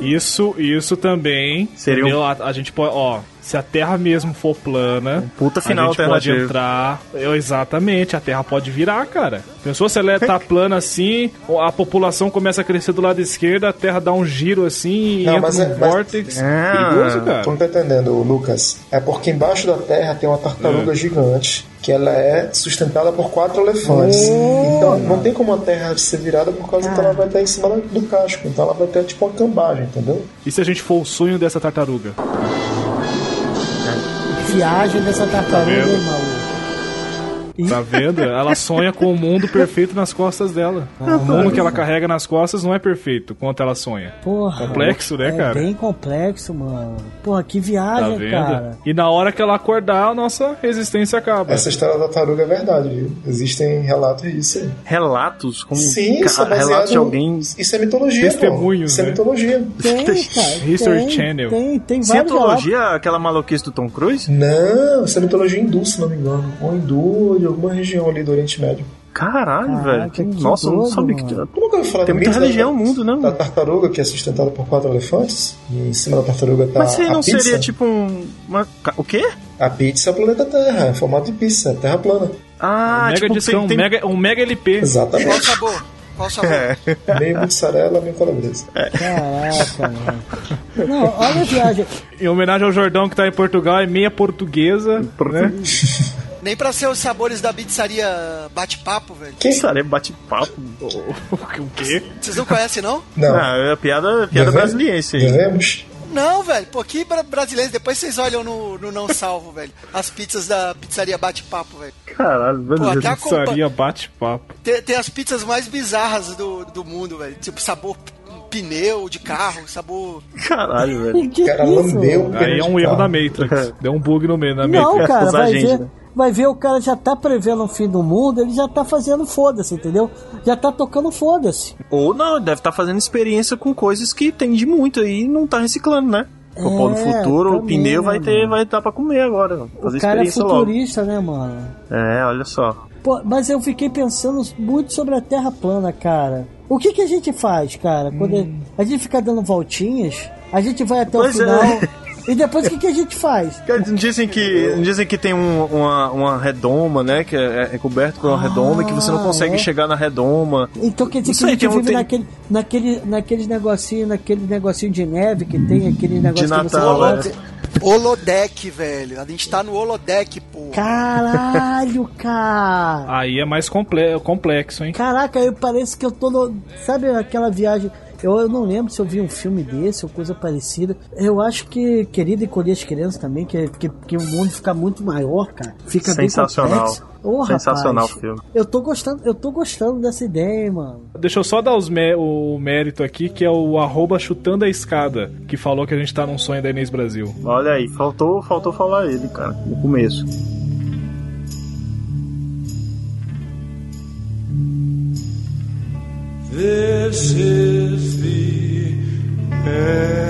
isso, isso também. Seria um- entendeu? A, a gente pode, ó, se a Terra mesmo for plana, Um puta final a gente pode alternativo. entrar. Eu, exatamente, a Terra pode virar, cara. Pensou se ela tá plana assim, a população começa a crescer do lado esquerdo, a Terra dá um giro assim e Não, entra mas num é- mas- vórtex. Ah. Perigoso, Tu cara. não tá entendendo, Lucas. É porque embaixo da terra tem uma tartaruga gigante que ela é sustentada por quatro elefantes. Então não tem como a terra ser virada por causa que ela vai estar em cima do casco. Então ela vai ter tipo uma cambagem, entendeu? E se a gente for o sonho dessa tartaruga? Viagem dessa tartaruga, vendo? hein, maluco. Tá vendo? Ela sonha com o mundo perfeito nas costas dela. Ah, O mundo que ela carrega nas costas não é perfeito quanto ela sonha. Porra. Complexo, né, é cara? bem complexo, mano. Porra, que Tá viagem, vendo? cara. E na hora que ela acordar, a nossa resistência acaba. Essa história da tartaruga é verdade, viu? Existem relatos disso aí. Relatos? Como, Sim, ca- isso é baseado... relatos um de alguém... Isso é mitologia, pô. Testemunhos, Isso é né? mitologia. Tem, cara. History tem, Channel. Tem, tem vários relatos. Cientologia, aquela maluquice do Tom Cruise? Não, isso é mitologia hindu, se não me engano. Ou hindu ou de alguma região ali do Oriente Médio. é Caralho, velho. que Nossa, eu não doido, sabia que mano. tinha. Tu nunca ouviu falar Tem do muita mito da- religião no mundo, né? Da mano? tartaruga que é sustentada por quatro elefantes? E em cima da tartaruga tá Mas você a não pizza. seria tipo um. Uma... ca- O quê? A pizza é o planeta Terra, é formato de pizza, é terra plana. Ah, É mega tipo, discão, tem, tem... Mega, um mega LP. Exatamente. Qual o sabor? Qual o sabor? É. meio mussarela, meio calabresa. Caraca, mano. Não, olha a viagem. Em homenagem ao Jordão que tá em Portugal, é meia portuguesa. Né? Nem pra ser os sabores da pizzaria bate-papo, velho. Que? Sabe, né? bate-papo. o quê? Vocês não conhecem, não? Não. Ah, é piada, piada Devemos- brasiliense aí. Devemos? Não, velho. Pô, que bra- brasileiro. Depois vocês olham no, no Não Salvo, velho. As pizzas da pizzaria bate-papo, velho. Caralho, meu Pô, Deus. até a compa- Pizzaria bate-papo. Tem, tem as pizzas mais bizarras do, do mundo, velho. Tipo, sabor p- pneu de carro, sabor. Caralho, velho. Que O cara isso? lambeu o Aí é um de erro carro. da Matrix. Deu um bug no meio da Não, Matrix. cara, acusar vai a gente, ver, né? vai ver, o cara já tá prevendo o fim do mundo, ele já tá fazendo foda-se, entendeu? Já tá tocando foda-se. Ou não, deve estar fazendo experiência com coisas que tem de muito aí e não tá reciclando, né? O É, pau do futuro, o também, pneu vai né, ter, mano? vai dar pra comer agora. mano. Fazer O cara é experiência logo. futurista, né, mano? É, olha só. Pô, mas eu fiquei pensando muito sobre a Terra plana, cara. O que que a gente faz, cara? Quando a gente fica dando voltinhas, a gente vai até Hum. Pois o é. final. E depois o que, que a gente faz? Cara, Não dizem que, não dizem que tem um- uma, uma redoma, né? Que é, é coberto por uma redoma e que você não consegue é. chegar na redoma. Então quer dizer Não que sei, a gente tem um- vive tem- naquele, naquele, naquele negocinho, naquele negocinho de neve que tem, aquele negócio que você Natal, levanta- é. Holodeck, velho. A gente tá no holodeck, é. pô. Caralho, cara! Aí é mais comple- complexo, hein? Caraca, eu parece que eu tô no. Sabe aquela viagem? Eu, eu não lembro se eu vi um filme desse ou coisa parecida. Eu acho que Querida Encolher as Crianças também, que, que, que o mundo fica muito maior, cara. Fica bem Sensacional. complexo. Ô, rapaz, Sensacional o filme. Eu tô gostando, eu tô gostando dessa ideia, hein, mano. Deixa eu só dar os mé- o mérito aqui, que é o arroba chutando a escada, que falou que a gente tá num sonho da Inês Brasil. Olha aí, faltou, faltou falar ele, cara, no começo. This is the end.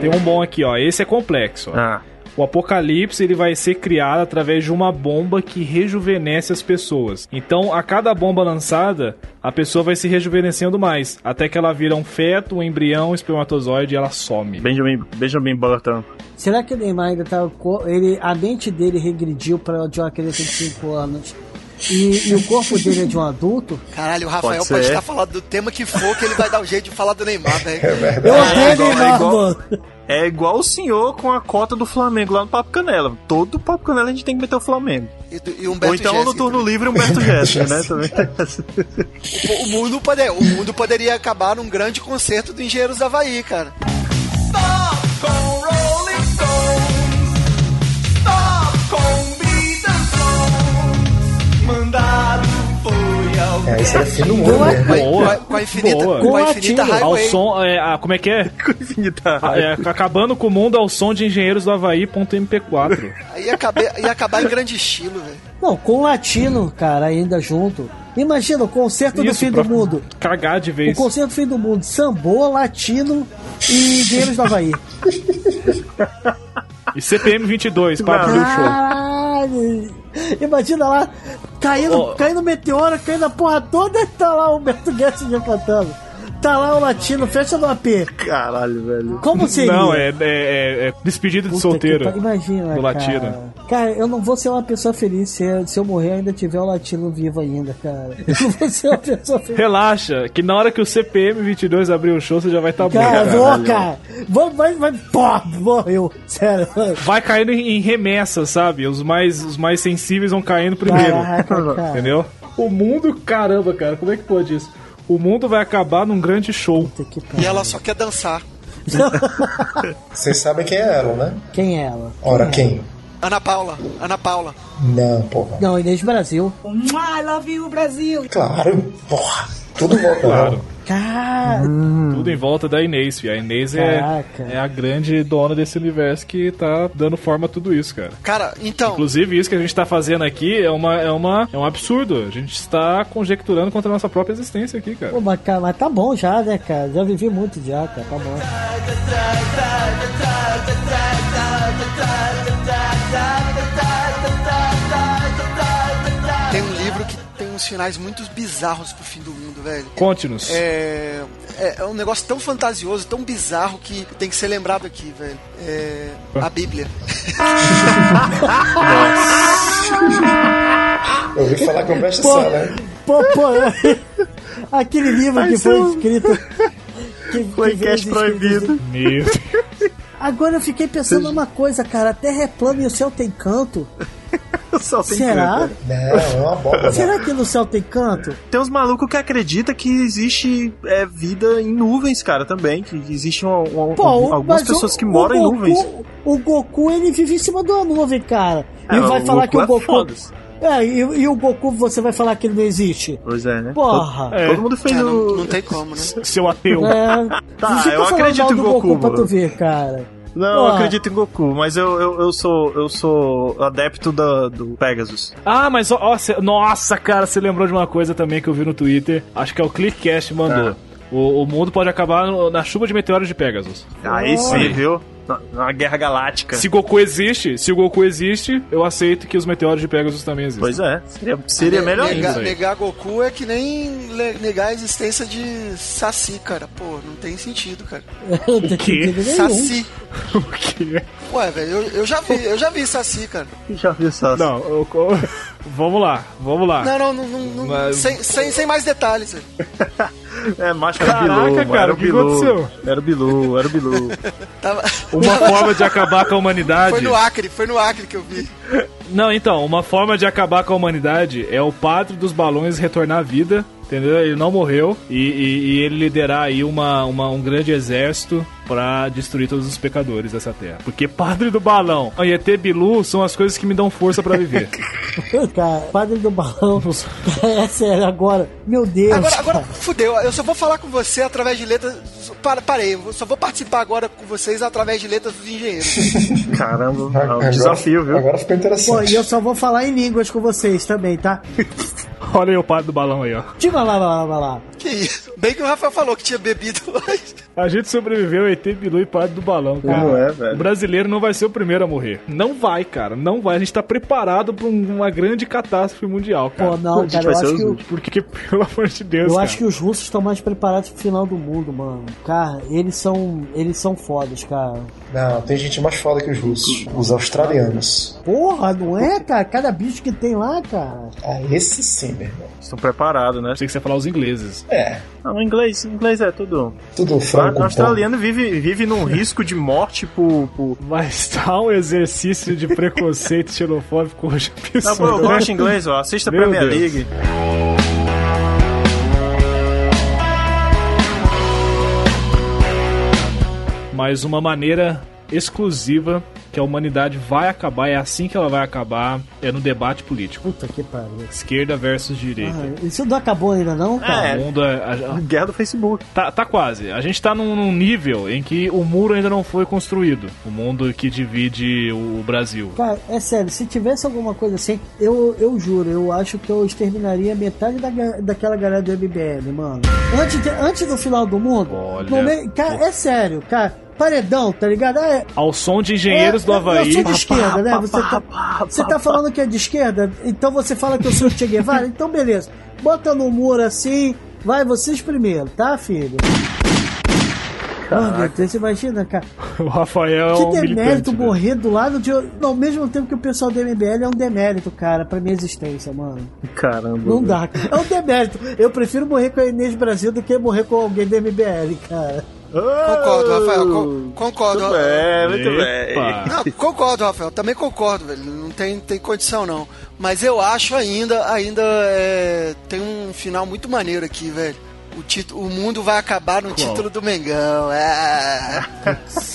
Tem um bom aqui, ó. Esse é complexo. ó. Ah, O apocalipse ele vai ser criado através de uma bomba que rejuvenesce as pessoas. Então, a cada bomba lançada, a pessoa vai se rejuvenescendo mais, até que ela vira um feto, um embrião, um espermatozoide e ela some. Benjamin, Benjamin Button. Será que o Neymar ainda tá. co- Ele, a mente dele regrediu pra de uma criança de 5 anos. E, e o corpo dele é de um adulto? Caralho, o Rafael Pode pode, ser. estar falando do tema que for, que ele vai dar o jeito de falar do Neymar, velho. Eu É, odeio igual- Neymar, é igual- mano. É igual o senhor com a cota do Flamengo lá no Papo Canela. Todo Papo Canela a gente tem que meter o Flamengo. E, do- e o Humberto Ou então no Jéssica turno livre Humberto Jéssica, né? Também. também. O, o mundo pode, o mundo poderia acabar num grande concerto do Engenheiros da Havaí, cara. É, isso é fim do Eu mundo, né? Com a- Boa. com a, com a infinita, Boa. com a infinita Boa, Ao highway. som. é, a- como é que é? Infinita Ah, é, Acabando com o mundo ao som de engenheiros do Havaí.mp4. Aí ia, caber- ia acabar em grande estilo, velho. Não, com o latino, cara, ainda junto. Imagina o concerto do Isso, fim pra do mundo. Cagar de O vez. concerto do fim do mundo. Sambô, latino e Engenheiros da Havaí. E CPM 22 para abrir o Ah, Ah, show. Caralho! Imagina lá, caindo, Ó. caindo meteoro, caindo a porra toda, e tá lá o Humberto Guedes já cantando. Tá lá o latino, fecha do AP. É. Caralho, velho. Como seria? Não, é, é, é- é despedida de Puta solteiro. que pa- Imagina, Do cara. latino. Cara, eu não vou ser uma pessoa feliz se, eu- se eu morrer eu ainda tiver o latino vivo ainda, cara. Eu não vou ser uma pessoa feliz. Relaxa, que na hora que o CPM 22 abrir o show, você já vai estar tá bom. Cara, cara. vou, cara. Vai, vai, vai. Pô, morreu. Sério, mano. Vai caindo em em remessa, sabe? Os mais, os mais sensíveis vão caindo primeiro. Caraca, cara. Entendeu? O mundo, caramba, cara, como é que pode isso? O mundo vai acabar num grande show. Puta que pariu. E ela só quer dançar. Vocês sabem quem é ela, né? Quem é ela? Ora, quem? Ana Paula, Ana Paula. Não, porra. Não, Inês Brasil. I love you, Brasil. Claro, porra. Tudo volta. Claro. Cara, Uhum. Tudo em volta da Inês, filho. A Inês é, Caraca. é a grande dona desse universo que tá dando forma a tudo isso, cara. Cara, então, Inclusive, isso que a gente tá fazendo aqui é, uma, é, uma, é um absurdo. A gente está conjecturando contra a nossa própria existência aqui, cara. pô, mas, cara, mas tá bom já, né, cara? Já vivi muito já, cara. Tá bom. tem um livro que tem uns finais muito bizarros pro fim do mundo, velho. Conte-nos. É, é, é um negócio tão fantasioso, tão bizarro que tem que ser lembrado aqui, velho. É, a Bíblia. Eu ouvi falar que é um presta Pô, atenção, né? pô, pô. Aquele livro que foi escrito. Que, que veio Playcast escrito- proibido. Meu Deus. Agora eu fiquei pensando numa coisa, cara. A terra é plana e o céu tem canto. Só tem Será? canto. Não, é uma bola. Será que no céu tem canto? Tem uns malucos que acreditam que existe é, vida em nuvens, cara, também. Que existem uma- uma- Pô, algumas mas pessoas o- que moram o em Goku- nuvens. O Goku, ele vive em cima de uma nuvem, cara. E É, vai o falar que o Goku é Goku. foda-se. É, e, e o Goku, você vai falar que ele não existe? Pois é, né? Porra. Todo, todo mundo fez É, o. não, não tem como, né? Seu ateu. É, Tá, Não sei eu pra falar acredito mal em do Goku, pra tu Bruno. ver, cara. Não, eu Porra. acredito em Goku, mas eu, eu, eu sou eu sou adepto da, do Pegasus. Ah, mas ó, ó, cê- nossa, cara, você lembrou de uma coisa também que eu vi no Twitter. Acho que é o Clickcast mandou. Ah. O, o mundo pode acabar no- na chuva de meteoros de Pegasus. Aí sim, viu? Na, na Guerra É. Galáctica. Se Goku existe, se o Goku existe, eu aceito que os meteoros de Pegasus também existem. Pois é, seria, seria melhor ainda. negar, ainda, negar Goku é que nem le- negar a existência de Saci, cara. Pô, não tem sentido, cara. Eu não tenho quê? sentido nenhum. Saci. O quê? Ué, velho, eu, eu já vi, eu já vi Saci, cara. Já viu só. Não, eu- eu- vamos lá, vamos lá. Não, não, não, não- não- Mas- sem, sem, sem mais detalhes, velho. É, macho era Caraca, Bilu, mano, cara, era o que Bilu. aconteceu? Era o Bilu, era o Bilu. Tava- Uma forma de acabar com a humanidade. Foi no Acre, foi no Acre que eu vi. Não, então, uma forma de acabar com a humanidade é o padre dos balões retornar à vida, entendeu? Ele não morreu e, e- e ele liderar aí uma, uma- um grande exército pra destruir todos os pecadores dessa terra. Porque padre do balão e ET Bilu são as coisas que me dão força pra viver. Cara, padre do balão. É sério, agora. Meu Deus. Agora, agora, cara. fudeu, eu só vou falar com você através de letras. Para, parei, eu só vou participar agora com vocês através de letras dos engenheiros. Caramba, é um Agora- desafio, viu? Agora ficou Pô, e interessante. eu só vou falar em línguas com vocês também, tá? Olha aí o padre do balão aí, ó. Diga lá, lá, lá, lá, lá. que isso? Bem que o Rafael falou que tinha bebido antes. A gente sobreviveu a ET Bilu e padre do balão, cara. Não é, velho. O brasileiro não vai ser o primeiro a morrer. Não vai, cara, não vai. A gente tá preparado pra um- uma grande catástrofe mundial, cara. Pô, não, gente cara, vai eu ser acho os que o, últimos. Porque, pelo amor de Deus, Eu cara. acho que os russos estão mais preparados pro final do mundo, mano. Cara, eles são, eles são fodas, cara. Não, tem gente mais foda que os russos. Os australianos. Porra, não é, cara? Cada bicho que tem lá, cara. Ah, esse sim, meu irmão. Estão preparados, né? Pensei que você ia falar os ingleses. É, Não, o inglês, o inglês é tudo. tudo O franco. australiano vive, vive num risco de morte por. por... Vai estar um exercício de preconceito xenofóbico hoje. Tá né? Não, pô, eu gosto de inglês, ó. Assista a Meu Premier Deus. League. Mas uma maneira exclusiva que a humanidade vai acabar, é assim que ela vai acabar, é no debate político. Puta que pariu. Esquerda versus direita. Ah, isso não acabou ainda, não, cara? O É, mundo é- a- a- guerra do Facebook. tá, tá quase. A gente tá num, num nível em que o muro ainda não foi construído. O mundo que divide o, o Brasil. Cara, é sério, se tivesse alguma coisa assim, eu, eu juro, eu acho que eu exterminaria metade da, ga- daquela galera do MBL, mano. Antes, de- antes do final do mundo. Olha. no meio- cara, é sério, cara. Paredão, tá ligado? Ah, é- Ao som de engenheiros É, do eu- Eu Havaí. sou de esquerda, né? Você tá, você tá falando que é de esquerda? Então você fala que eu sou o Che Guevara? Então beleza. Bota no muro assim. Vai vocês primeiro, tá, filho? Ah, meu Deus, você imagina, cara. O Rafael é Que um militante, demérito né? morrer do lado de. Não, ao mesmo tempo que o pessoal do MBL é um demérito, cara, pra minha existência, mano. Caramba. velho. Não dá. É um demérito. Eu prefiro morrer com a Inês Brasil do que morrer com alguém do MBL, cara. Concordo, Rafael, con- concordo. Muito bem, muito bem. Epa. Não, concordo, Rafael. Também concordo, velho. Não tem, tem condição, não. Mas eu acho ainda, ainda é, tem um final muito maneiro aqui, velho. O, título, o mundo vai acabar no título do Mengão. É.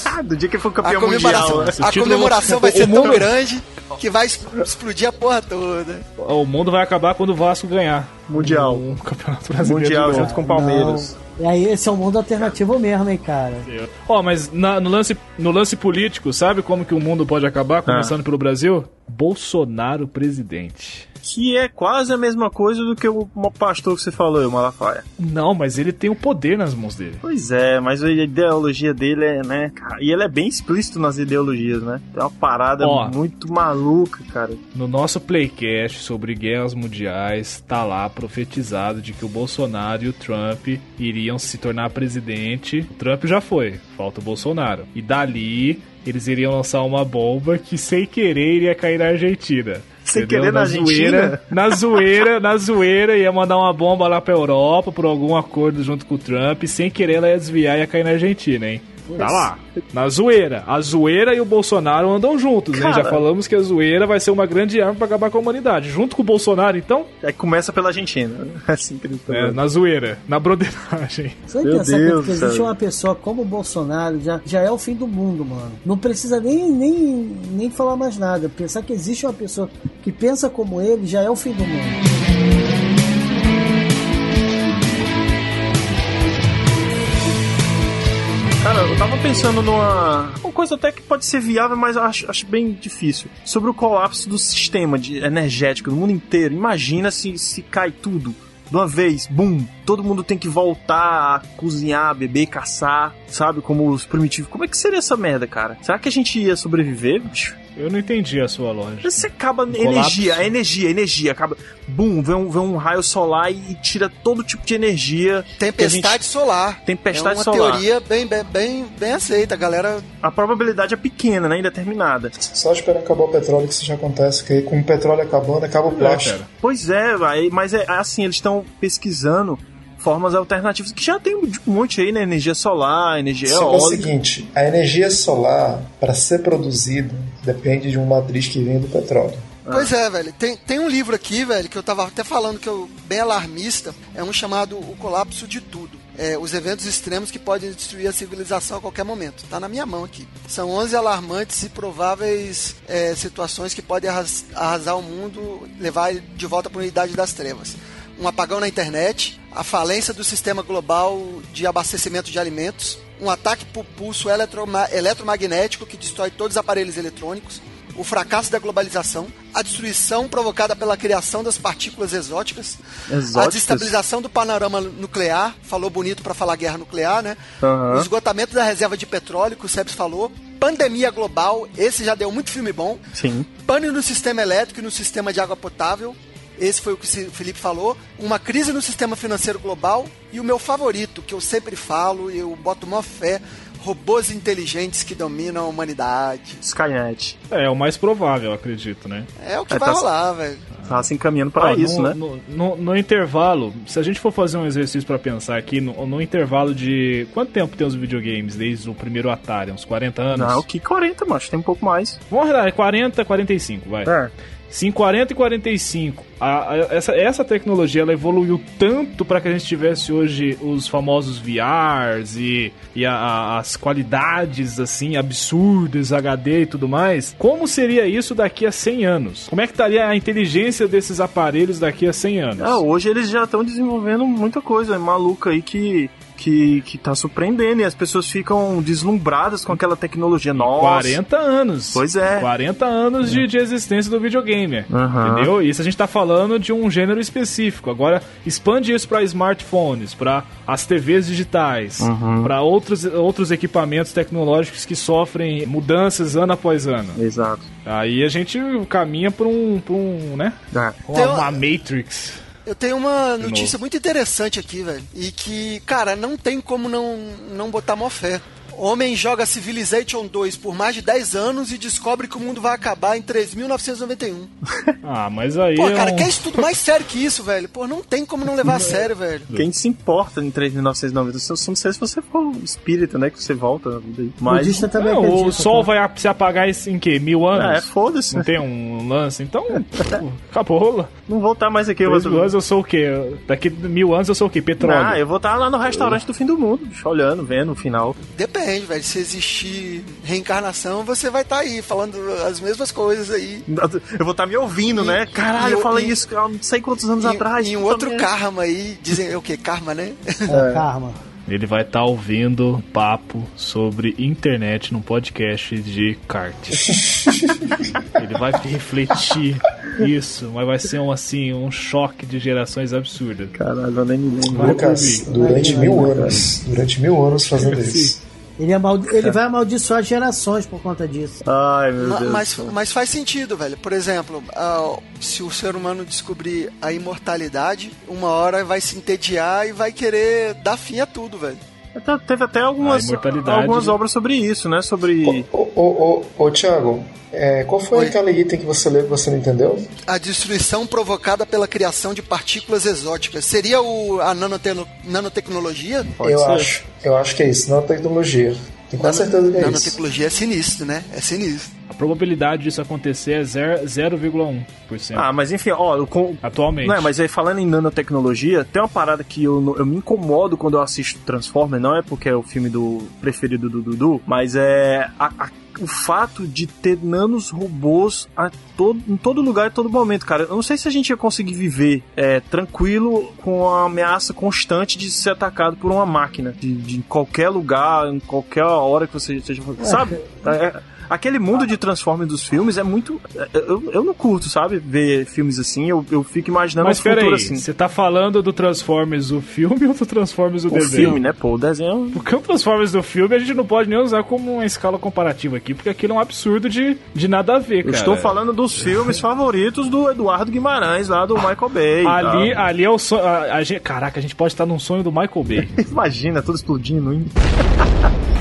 Ah, do dia que ele foi A campeão mundial. comemoração, né? Esse a título- comemoração vai o ser tão mundo- grande que vai es- explodir a porra toda. O mundo vai acabar quando o Vasco ganhar. Mundial. O Campeonato Brasileiro. Mundial de novo. junto com o Palmeiras. E aí, esse é um mundo alternativo mesmo, hein, cara? Ó, mas na- no, lance, no lance político, sabe como que o mundo pode acabar, começando pelo Brasil? Bolsonaro presidente. Que é quase a mesma coisa do que o pastor que você falou, o Malafaia. Não, mas ele tem o poder nas mãos dele. Pois é, mas a ideologia dele é, né, cara, e ele é bem explícito nas ideologias, né? Tem uma parada Ó. muito maluca, cara. No nosso playcast sobre guerras mundiais, tá lá profetizado de que o Bolsonaro e o Trump iriam se tornar presidente. O Trump já foi, falta o Bolsonaro. E dali eles iriam lançar uma bomba que sem querer iria cair na Argentina. Sem querer na Argentina? Zoeira, na zoeira, na zoeira, ia mandar uma bomba lá pra Europa por algum acordo junto com o Trump. e Sem querer ela ia desviar e ia cair na Argentina, hein? Tá lá. Na zoeira. A zoeira e o Bolsonaro andam juntos, hein? Já Cara. falamos que a zoeira vai ser uma grande arma pra acabar com a humanidade. Junto com o Bolsonaro, então? Aí É começa pela Argentina, né? assim que ele tá É, falando. na zoeira. Na broderagem. Você tem que Meu pensar Deus, que existe cara. uma pessoa como o Bolsonaro já, já é o fim do mundo, mano. Não precisa nem, nem, nem falar mais nada. Pensar que existe uma pessoa que pensa como ele já é o fim do mundo. Cara, eu tava pensando numa uma coisa até que pode ser viável, mas eu acho, acho bem difícil. Sobre o colapso do sistema de, energético do mundo inteiro. Imagina se, se cai tudo. De uma vez, bum, todo mundo tem que voltar a cozinhar, beber, caçar, sabe? Como os primitivos. Como é que seria essa merda, cara? Será que a gente ia sobreviver, bicho? Eu não entendi a sua lógica. Você acaba Um colapso. energia, a energia, a energia, acaba. Bum, vem um, vem um raio solar e tira todo tipo de energia. Tempestade solar. Tempestade é uma solar. teoria bem, bem, bem, bem aceita, a galera. A probabilidade é pequena, né? Indeterminada. Só esperar acabar o petróleo que isso já acontece, que aí com o petróleo acabando, acaba o plástico. cara. Pois é, aí- mas é assim, eles estão pesquisando formas alternativas que já tem um monte aí, né? Energia solar, energia Só que é o eólica. seguinte, a energia solar, para ser produzida, depende de uma matriz que vem do petróleo. Ah. Pois é, velho. Tem, tem um livro aqui, velho, que eu tava até falando que eu bem alarmista. É um chamado O Colapso de Tudo. É, os eventos extremos que podem destruir a civilização a qualquer momento. Tá na minha mão aqui. São 11 alarmantes e prováveis é, situações que podem arras- arrasar o mundo, levar ele de volta para a idade das trevas. um apagão na internet, a falência do sistema global de abastecimento de alimentos, um ataque por pulso eletroma- eletromagnético que destrói todos os aparelhos eletrônicos, o fracasso da globalização, a destruição provocada pela criação das partículas exóticas, a Exóticas? destabilização do panorama nuclear, falou bonito para falar guerra nuclear, né? Aham. O esgotamento da reserva de petróleo, que o Sebs falou, pandemia global, esse já deu muito filme bom, Sim. Pane no sistema elétrico e no sistema de água potável. Esse foi o que o Felipe falou. Uma crise no sistema financeiro global. E o meu favorito, que eu sempre falo e eu boto mó fé, robôs inteligentes que dominam a humanidade. Skynet. É, é o mais provável, acredito, né? É o que É, vai tá- rolar, velho. Tá se encaminhando pra Ó, isso, no, né? é No, no- no intervalo, se a gente for fazer um exercício pra pensar aqui, no, no intervalo de. Quanto tempo tem os videogames desde o primeiro Atari? Uns 40 anos? Não, que 40, macho. Tem um pouco mais. Vamos arredondar, 40, 45, vai. É. Se em 40 e 45, a- a- essa, essa tecnologia ela evoluiu tanto para que a gente tivesse hoje os famosos VRs e, e a- a- as qualidades assim absurdas, HD e tudo mais, como seria isso daqui a 100 anos? Como é que estaria a inteligência desses aparelhos daqui a 100 anos? Ah, hoje eles já estão desenvolvendo muita coisa maluca aí que, que, que tá surpreendendo e as pessoas ficam deslumbradas com aquela tecnologia. Nossa. 40 anos. Pois é. 40 anos de, de existência do videogame. Aham. Entendeu? Isso a gente tá falando de um gênero específico. Agora, expande isso para smartphones, para as TVs digitais, para outros, outros equipamentos tecnológicos que sofrem mudanças ano após ano. Exato. Aí a gente caminha pra um, pra um né? É. Uma, Tem uma uma- Matrix. Eu tenho uma De notícia muito interessante aqui, velho. E que, cara, não tem como não, não botar mó fé. Homem joga Civilization 2 por mais de 10 anos e descobre que o mundo vai acabar em 3.991. Ah, mas aí. Pô, é cara, um- que é estudo mais sério que isso, velho? Pô, não tem como não levar a sério, velho. Quem se importa em 3.990? Se eu Não sei se você for espírita, né? Que você volta na vida aí. Mas. Budista também Não, acredita. o sol tá? vai a- se apagar esse- em que? Mil É, anos? foda-se. Não né? tem um lance, então. pô, acabou. Não voltar mais aqui. Eu Três é mil vou... anos eu sou o quê? Daqui mil anos eu sou o quê? Petróleo. Ah, eu vou estar lá no restaurante do fim do mundo, bicho, olhando, vendo o final. Depende, velho. Se existir reencarnação, você vai estar aí falando as mesmas coisas aí. Eu vou estar me ouvindo, E- né? Caralho, e- eu falei e- isso há não sei quantos anos em, atrás. Em puta outro merda. karma aí, dizem é o que? Karma, né? É, Karma. Ele vai estar ouvindo papo sobre internet num podcast de kart. Ele vai refletir isso, mas vai ser um assim, um choque de gerações absurdo. Caralho, eu nem me lembro. Lucas, durante mil anos. Durante mil anos fazendo isso. Ele, é mal- ele vai amaldiçoar gerações por conta disso. Ai, meu Ma- Deus. Mas, mas faz sentido, velho. Por exemplo, ah, se o ser humano descobrir a imortalidade, uma hora vai se entediar e vai querer dar fim a tudo, velho. Até- Teve até A algumas, imortalidade- algumas obras sobre isso, né? Sobre. Ô, ô, ô, ô Thiago, é, qual foi Oi. aquele item que você leu que você não entendeu? A destruição provocada pela criação de partículas exóticas. Seria o, a nanoteno- nanotecnologia? Pode eu ser. acho. Eu acho que é isso, não tecnologia. Tenho quase certeza que é isso. Nanotecnologia é sinistro, né? É sinistro. A probabilidade disso acontecer é zero- 0,1%. Ah, mas enfim, ó, eu con- Atualmente. Não, é, mas aí falando em nanotecnologia, tem uma parada que eu, não- eu me incomodo quando eu assisto Transformers, não é porque é o filme do preferido do Dudu, mas é a- a- o fato de ter nanos robôs a todo, em todo lugar e todo momento, cara. Eu não sei se a gente ia conseguir viver é, tranquilo com a ameaça constante de ser atacado por uma máquina, de, de em qualquer lugar, em qualquer hora que você esteja. Sabe? É- Aquele mundo de Transformers dos filmes é muito. Eu, eu não curto, sabe? Ver filmes assim. Eu, eu fico imaginando Mas um pera futuro aí, assim. você tá falando do Transformers o filme ou do Transformers o, O desenho? filme, né? Pô, o desenho. Porque o Transformers do filme a gente não pode nem usar como uma escala comparativa aqui, porque aquilo é um absurdo de, de nada a ver, Eu cara. estou falando dos filmes favoritos do Eduardo Guimarães, lá do Michael Bay. tá? e Ali, tal. ali é o sonho. a- a gente- caraca, a gente pode estar num sonho do Michael Bay. Imagina, tudo explodindo. hein?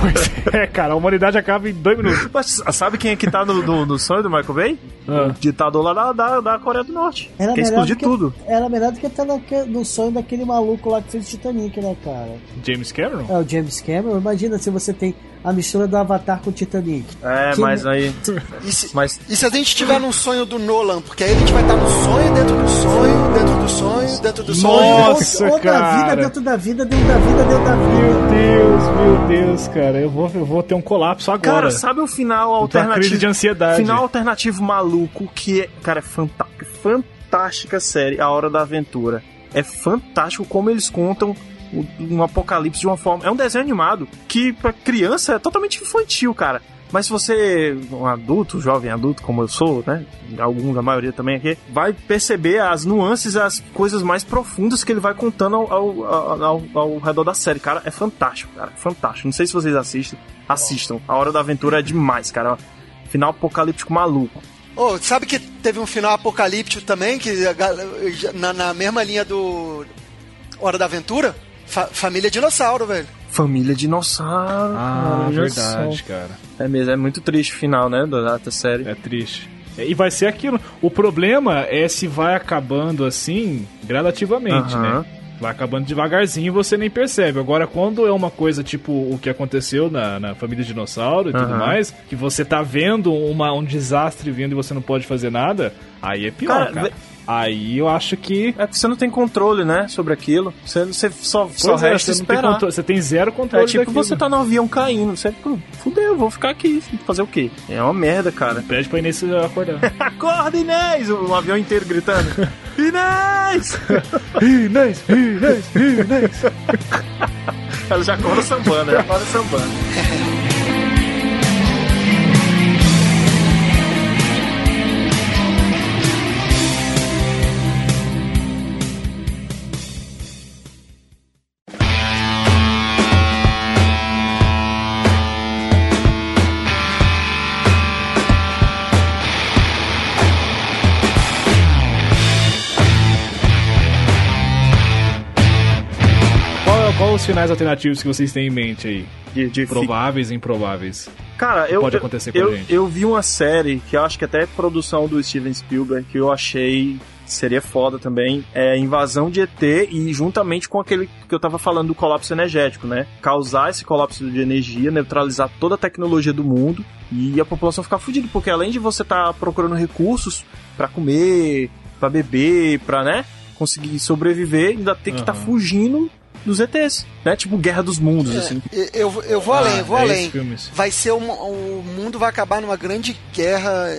Pois é, cara, a humanidade acaba em dois minutos. Mas sabe quem é que tá no, no, no sonho do Michael Bay? Ah. O ditador lá da, da, da Coreia do Norte. Era Quer é melhor explodir do que- tudo. Era melhor do que estar naque- no sonho daquele maluco lá que fez Titanic, né, cara? James Cameron? É o James Cameron. Imagina se você tem a mistura do Avatar com o Titanic. É, Que- mas aí. E se, Mas e se a gente tiver num sonho do Nolan? Porque aí a gente vai estar no sonho, dentro do sonho, dentro do sonho, dentro do sonho. Nossa, ou, ou da cara. vida dentro da vida, dentro da vida, dentro da vida. Meu Deus, meu Deus, cara. Eu vou, eu vou ter um colapso agora. Cara, sabe o final tô numa alternativo? crise de ansiedade. Final alternativo maluco que é, cara, é fantástica, fantástica série, A Hora da Aventura. É fantástico como eles contam o- um apocalipse de uma forma. É um desenho animado que pra criança é totalmente infantil, cara. Mas se você, um adulto, jovem adulto como eu sou, né? Alguns, a maioria também aqui, vai perceber as nuances, as coisas mais profundas que ele vai contando ao, ao, ao- ao- ao redor da série. Cara, é fantástico, cara. Fantástico. Não sei se vocês assistem. Assistam. A Hora da Aventura é demais, cara. Final apocalíptico maluco. Ô, sabe que teve um final apocalíptico também, que a gal- na, na mesma linha do Hora da Aventura? Fa- família Dinossauro, velho. Família dinossauro. Ah, cara, olha verdade, cara. só. É mesmo, é muito triste o final, né? Da, da série. É triste. E vai ser aquilo. O problema é se vai acabando assim, gradativamente, Aham. né? Vai acabando devagarzinho e você nem percebe. Agora, quando é uma coisa tipo o que aconteceu na, na família dinossauro e tudo Aham. mais, que você tá vendo uma, um desastre vindo e você não pode fazer nada, aí é pior, Cara, cara. ve- Aí eu acho que. É que você não tem controle, né? Sobre aquilo. Você, você só, só Pois é, resta você, não tem esperar. controle, você tem zero controle É tipo, daquilo. você tá no avião caindo. Você, pô, fudeu, vou ficar aqui. Fazer o quê? É uma merda, cara. Pede pra Inês acordar. Acorda, Inês! O, o avião inteiro gritando. Inês! Inês, Inês, Inês. Ela já acorda sambando, já acorda sambando. Qual, é qual os finais alternativos que vocês têm em mente aí? De, de fi- Prováveis e improváveis. Cara, eu, pode eu- acontecer com a eu, gente. eu vi uma série que eu acho que até é produção do Steven Spielberg que eu achei seria foda também, é Invasão de ET e juntamente com aquele que eu tava falando do colapso energético, né? Causar esse colapso de energia, neutralizar toda a tecnologia do mundo e a população ficar fudida, porque além de você tá procurando recursos pra comer, pra beber, pra, né, conseguir sobreviver, ainda tem que estar tá Aham. fugindo dos ETs, né? Tipo Guerra dos Mundos, assim. E- Eu, eu vou além, Ah, vou é além. esse filme, esse. Vai ser uma- o mundo vai acabar numa grande guerra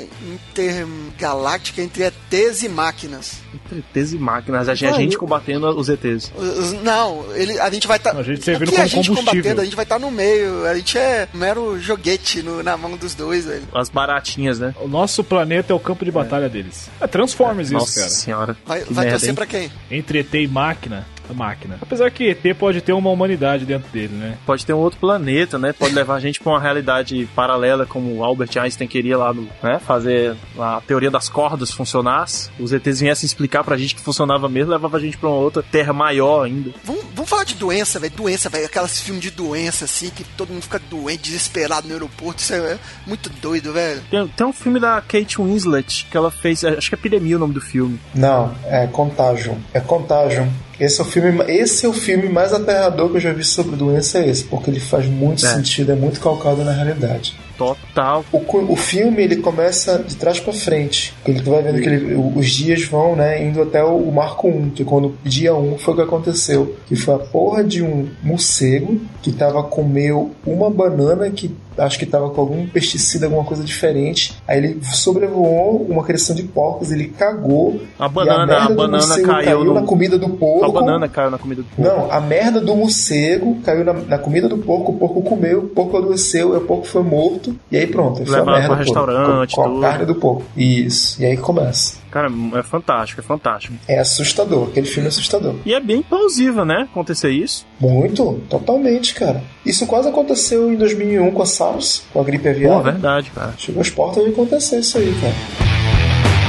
intergaláctica entre ETs e máquinas. Entre ETs e máquinas, a gente, a Ah, gente eu- combatendo os ETs. Os- os- Não, ele, a gente vai estar. Não, a gente servindo a como gente combustível. combatendo, a gente vai estar no meio. A gente é mero joguete no- na mão dos dois, velho. As baratinhas, né? O nosso planeta é o campo de batalha deles. É Transformers isso, Nossa cara. senhora. Vai, que vai merda, torcer hein? pra quem? Entre ET e máquina, a máquina. Apesar que ET pode ter uma humanidade dentro dele, né? Pode ter um outro planeta, né? Pode levar a gente pra uma realidade paralela, como o Albert Einstein queria lá no. Né? Fazer a teoria das cordas funcionar. Os ETs viessem explicar pra gente que funcionava mesmo, levava a gente pra uma outra terra maior ainda. Vamos, vamos falar de doença, velho. Doença, velho. Aquelas filmes de doença, assim, que todo mundo fica doente, desesperado no aeroporto. Isso é muito doido, velho. Tem, tem um filme da Kate Winslet que ela fez. Acho que é Epidemia o nome do filme. Não, é Contagion. É Contagion. Esse é o filme, esse é o filme mais aterrador que eu já vi sobre doença é esse, porque ele faz muito É. sentido, é muito calcado na realidade. Total. O, cu- o filme ele começa de trás pra frente. Ele tu vai vendo que ele- o- os dias vão, né, indo até o, o marco 1, que quando dia 1 foi o que aconteceu, que foi a porra de um morcego que tava comeu uma banana que acho que tava com algum pesticida, alguma coisa diferente. Aí ele sobrevoou uma criação de porcos, ele cagou A e a banana, a, merda do banana morcego caiu, no. na comida do porco. A banana caiu na comida do porco. Não, a merda do morcego caiu na, na comida do porco, o porco comeu, o porco adoeceu, e o porco foi morto, e aí pronto. aí Foi a Levaram merda pro do porco, restaurante, com, com tudo. a carne do porco. Isso, e aí começa. Cara, é fantástico, é fantástico. É assustador, aquele filme é assustador. E é bem plausível, né? Acontecer isso. Muito, totalmente, cara. Isso quase aconteceu em 2001 com a SARS, com a gripe Pô, aviária. verdade, cara. Chegou às portas de acontecer isso aí, cara.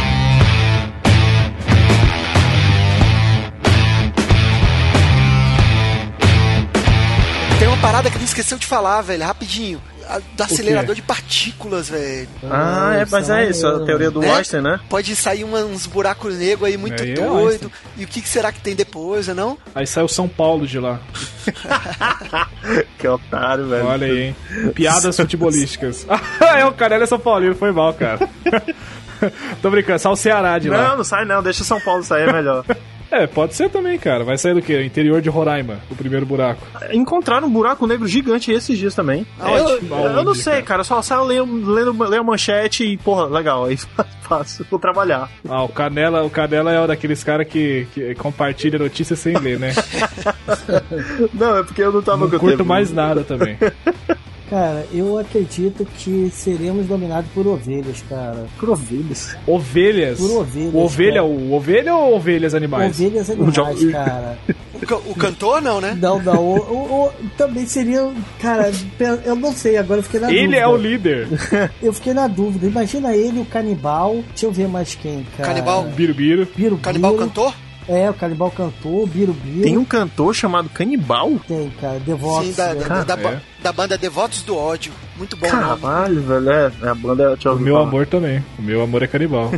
Tem uma parada que a gente esqueceu de falar, velho, rapidinho. A- Do acelerador de partículas, velho. Ah, é, mas é isso, a teoria do Né? Einstein, né? Pode sair uma- uns buracos negros aí muito Aí é doido. E o que, que será que tem depois, né, não? Aí saiu São Paulo de lá. Que otário, velho. Olha aí, hein? Piadas futebolísticas. Ah, é, o cara ele é São Paulino, foi mal, cara. Tô brincando, só o Ceará de lá. Não, não sai não, deixa o São Paulo sair, é melhor. É, pode ser também, cara. Vai sair do quê? Interior de Roraima, o primeiro buraco. Encontraram um buraco negro gigante esses dias também. eu, Aonde? eu- eu não Aonde, sei, cara, eu só saio lendo, lendo, leio a manchete e, porra, legal, aí faço, vou trabalhar. Ah, o Canela, o Canela é um daqueles caras que, que compartilha notícias sem ler, né? Não, é porque eu não tava Não com curto tempo. mais nada também. Cara, eu acredito que seremos dominados por ovelhas, cara. Por ovelhas. Ovelhas. Por ovelhas, O ovelha, cara. o ovelha ou ovelhas animais? Ovelhas jogo- animais, cara. O, ca- o cantor, não, né? Não, não. O, o- o- também seria. Cara, pe- eu não sei, agora eu fiquei na Ele dúvida. é o líder. Eu fiquei na dúvida. Imagina ele, o canibal. Deixa eu ver mais quem, Ah. cara. Canibal. Birubiru. Biro, Uh. Canibal cantor? É, o canibal cantor, Biro Biro. Tem um cantor chamado Canibal? Tem, cara. Devox. Sim, da, né? da, da, é. da banda Devotos do Ódio. Muito bom, não. Caralho, velho, é, a banda... Deixa eu O meu amor também. O meu amor é canibal.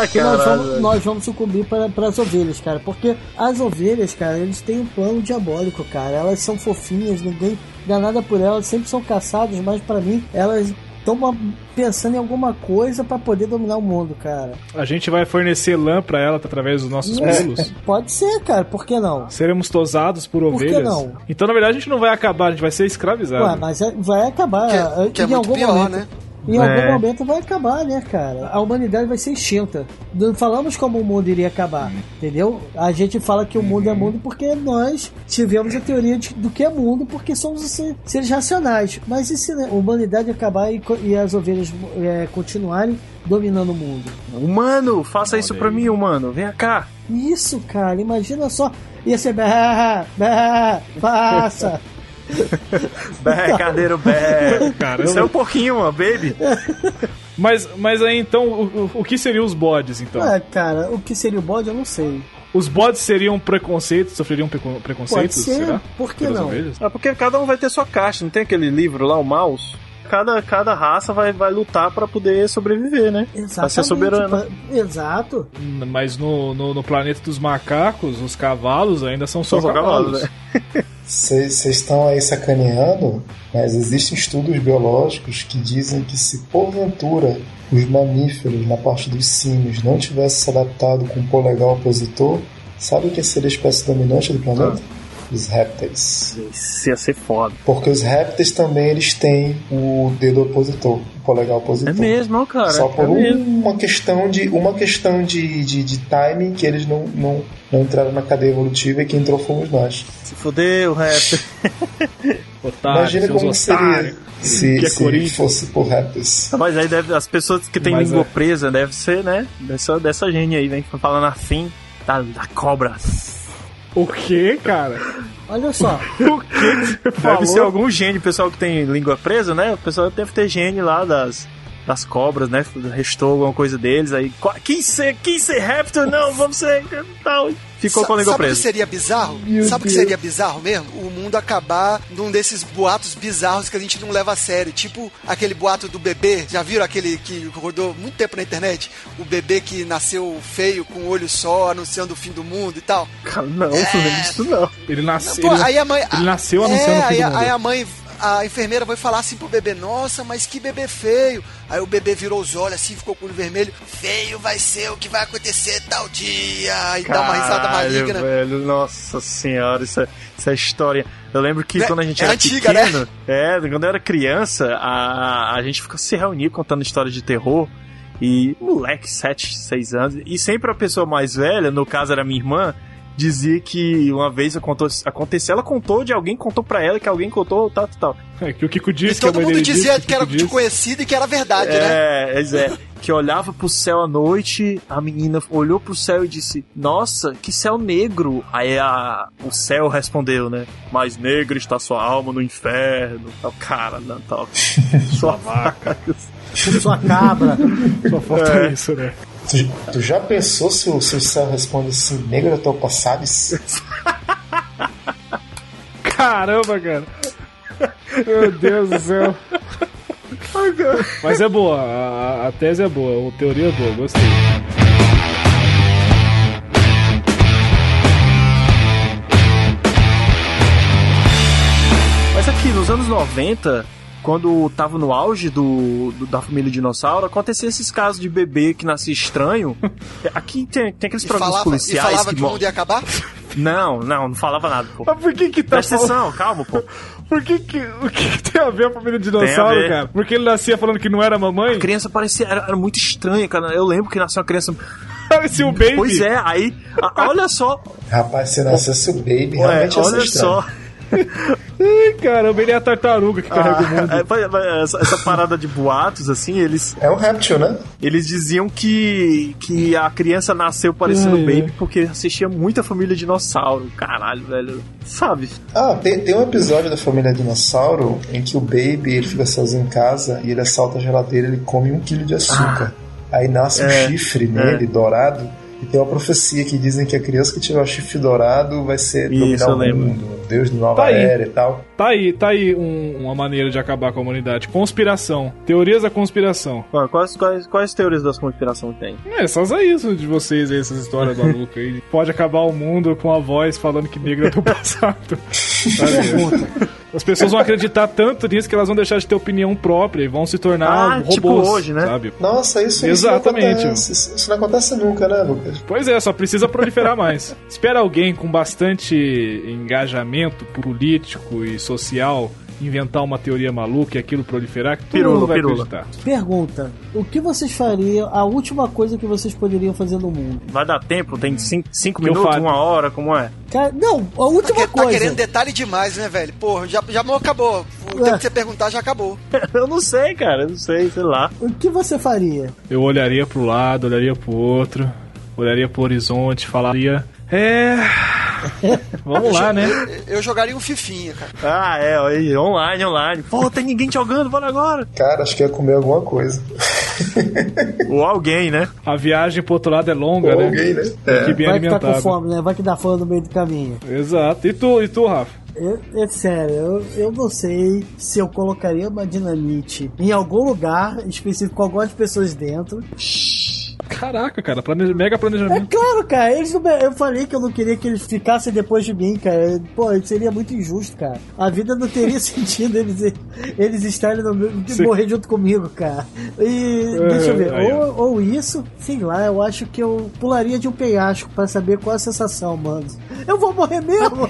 É que nós vamos, nós vamos sucumbir para, para as ovelhas, cara. Porque as ovelhas, cara, eles têm um plano diabólico, cara. Elas são fofinhas, ninguém dá nada por elas, sempre são caçadas, mas para mim, elas estão pensando em alguma coisa para poder dominar o mundo, cara. A gente vai fornecer lã pra ela tá através dos nossos É. pulos. Pode ser, cara, por que não? Seremos tosados por que ovelhas? não? Então, na verdade, a gente não vai acabar, a gente vai ser escravizado. Ué, mas é- vai acabar. Que- que é em muito algum pior, momento, né? Em É. algum momento vai acabar, né, cara? A humanidade vai ser extinta. Não falamos como o mundo iria acabar, entendeu? A gente fala que o mundo é mundo porque nós tivemos a teoria de, do que é mundo, porque somos assim, seres racionais. Mas e se a humanidade acabar e, co- e as ovelhas é, continuarem dominando o mundo? Humano, faça isso pra mim, humano. Vem cá. Isso, cara, imagina só. Ia ser. "Bah, bah, Passa! Bé, cadeiro, bé. Caramba. Isso é um pouquinho, mano, baby. Mas, mas aí então, o, o- o que seriam os bodes, então? É. Ah, cara, o que seria o bode, eu não sei. Os bodes seriam preconceitos, sofreriam precon- Pode preconceitos, ser, será? por que Pelas não? ovelhas? É porque cada um vai ter sua caixa, não tem aquele livro lá, o mouse? Cada, cada raça vai, vai lutar pra poder sobreviver, né? Pra ser soberana. pra- Exato. N- Hum, Mas no, no, no planeta dos macacos, os cavalos ainda são só, São só cavalos. cavalos, né? Vocês estão aí sacaneando, mas existem estudos biológicos que dizem que se porventura os mamíferos, na parte dos símios, não tivessem se adaptado com o polegar opositor, sabe o que seria a espécie dominante do planeta? Ah. Os répteis. Isso ia ser foda. Porque os répteis também eles têm o dedo opositor, o polegar É opositor. mesmo, ó, cara. Só um. por é mesmo. uma questão de uma questão de, de, de timing que eles não, não, não entraram na cadeia evolutiva e que entrou fomos nós. Se fudeu, rap. Otários, Imagina seus como otários. seria se, Que é se Corinthians. fosse por répteis. Mas aí deve, as pessoas que têm Mas língua é. presa devem ser, né? Dessa, dessa gene aí, vem falando afim da, da cobra. O que, cara? Olha só, O que que você Deve ser falou? algum gene, o pessoal que tem língua presa, né? O pessoal deve ter gene lá das, das cobras, né? Restou alguma coisa deles aí. qua- Quem ser, quem ser réptil? Não, vamos ser. Tal. Ficou Sa- com a língua sabe o que presa. seria bizarro? Meu sabe o que Deus. seria bizarro mesmo? O mundo acabar num desses boatos bizarros que a gente não leva a sério. Tipo aquele boato do bebê. Já viram aquele que rodou muito tempo na internet? O bebê que nasceu feio, com um olho só, anunciando o fim do mundo e tal. Cara, não, não é isso não. Ele, nasce, Pô, ele, aí a mãe. ele nasceu é, anunciando o fim aí, do a- mundo. aí a mãe. A enfermeira vai falar assim pro bebê: Nossa, mas que bebê feio. Aí o bebê virou os olhos assim, ficou com o olho vermelho. Feio vai ser o que vai acontecer tal dia. E dá uma risada Caralho, maligna. Velho, nossa senhora, isso é, isso é história. Eu lembro que É- quando a gente é era antiga, pequeno, é, quando eu era criança, a, a gente ficou se reunir contando histórias de terror. E moleque, 7, 6 anos. E sempre a pessoa mais velha, no caso era minha irmã, dizia que uma vez acontou- aconteceu, ela contou de alguém, contou pra ela que alguém contou, tal, tal, tal. É que o Kiko disse E que a todo mãe mundo dele tipo dizia disse, que era o Kiko disse. de conhecido e que era verdade, né? É, pois é. Que olhava pro céu à noite, a menina olhou pro céu e disse: Nossa, que céu negro! Aí a, o céu respondeu, né? Mais negra está sua alma no inferno. Tal, cara, não, tal. sua vaca. sua cabra. Só falta isso, né? Tu, tu já pensou se o, se o céu responde assim, negra tua passares? Caramba, cara. Meu Deus do céu. Mas é boa, a, a- a tese é boa, a teoria é boa, gostei. Mas aqui, nos anos 90, quando tava no auge do, do- da família dinossauro, acontecia esses casos de bebê que nascia estranho. Aqui tem, tem aqueles E programas falava, e policiais falava que. que o mo- mundo ia acabar? Não, não, não falava nada, pô. Mas por que que tá Presta falando? atenção, calma, pô. Por que que, o que que tem a ver a família dinossauro, Tem a ver. cara? Porque ele nascia falando que não era mamãe? A criança parecia. Era, era muito estranha, cara. Eu lembro que nasceu uma criança. Parecia um baby. Pois é, aí. a- olha só. Rapaz, se nascesse o baby, é, realmente ia ser olha estranho. só. Ai, caramba, ele é a tartaruga que carrega Ah. o mundo. É, foi- foi essa, essa parada de boatos, assim, eles, É um réptil, né? eles diziam que, que a criança nasceu parecendo Ai, baby porque assistia muita família dinossauro. Caralho, velho. Sabe? Ah, tem, tem um episódio da família Dinossauro em que o Baby ele fica sozinho em casa e ele assalta a geladeira ele come um quilo de açúcar. Aí nasce um É, chifre nele, dourado, e tem uma profecia que dizem que a criança que tiver o chifre dourado vai ser Isso, eu dominar o lembro. mundo, Deus de nova Tá aí. era e tal. Tá aí, tá aí um- uma maneira de acabar com a humanidade. Conspiração. Teorias da conspiração. Mano, quais, quais, quais teorias das conspiração tem? É, só é isso de vocês aí, essas histórias malucas aí. Pode acabar o mundo com a voz falando que negro é do passado. Sabe? As pessoas vão acreditar tanto nisso que elas vão deixar de ter opinião própria e vão se tornar Ah, robôs, tipo hoje, né? sabe? Nossa, isso, isso não Exatamente. acontece. Isso, isso não acontece nunca, né, Lucas? Pois é, só precisa proliferar mais. Espera alguém com bastante engajamento político e social inventar uma teoria maluca e aquilo proliferar que todo Pirula, mundo vai pirula. acreditar. Pergunta: O que vocês fariam? A última coisa que vocês poderiam fazer no mundo? Vai dar tempo? Tem cinco, cinco Que eu minutos, falo. uma hora, como é? Cara, não, a é Tá, última que- tá coisa. querendo detalhe demais, né, velho? Porra, já, já acabou. O Ué. tempo que você perguntar já acabou. Eu não sei, cara. Eu não sei, sei lá. O que você faria? Eu olharia pro lado, olharia pro outro, olharia pro horizonte, falaria. É. Vamos lá, né? Eu jogaria um fifinha, cara. Ah, é, aí, online, online. Pô, tem ninguém jogando, bora agora. Cara, acho que ia comer alguma coisa. É, Ou alguém, né? A viagem pro outro lado é longa, Ou né? alguém, né? Que É. bem Vai que tá com alimentado. fome, né? Vai que dá fome no meio do caminho. Exato. E tu, e tu, Rafa? Eu- é sério, eu, eu não sei se eu colocaria uma dinamite em algum lugar específico com algumas pessoas dentro. Caraca, cara, plane- mega É planejamento. claro, cara, eles não, eu falei que eu não queria que eles ficassem depois de mim, cara. Pô, seria muito injusto, cara. A vida não teria sentido eles, eles estarem no meu, de Sim. morrer junto comigo, cara. E É, deixa eu ver, aí, ó. ou, ou isso, sei lá, eu acho que eu pularia de um penhasco pra saber qual a sensação, mano. Eu vou morrer mesmo?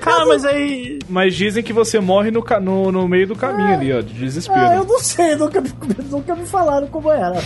Cara, mas É. aí. Mas dizem que você morre no, ca- no, no meio do caminho ali, ó, de desespero. Ah, eu não sei, nunca, me- nunca me falaram como era.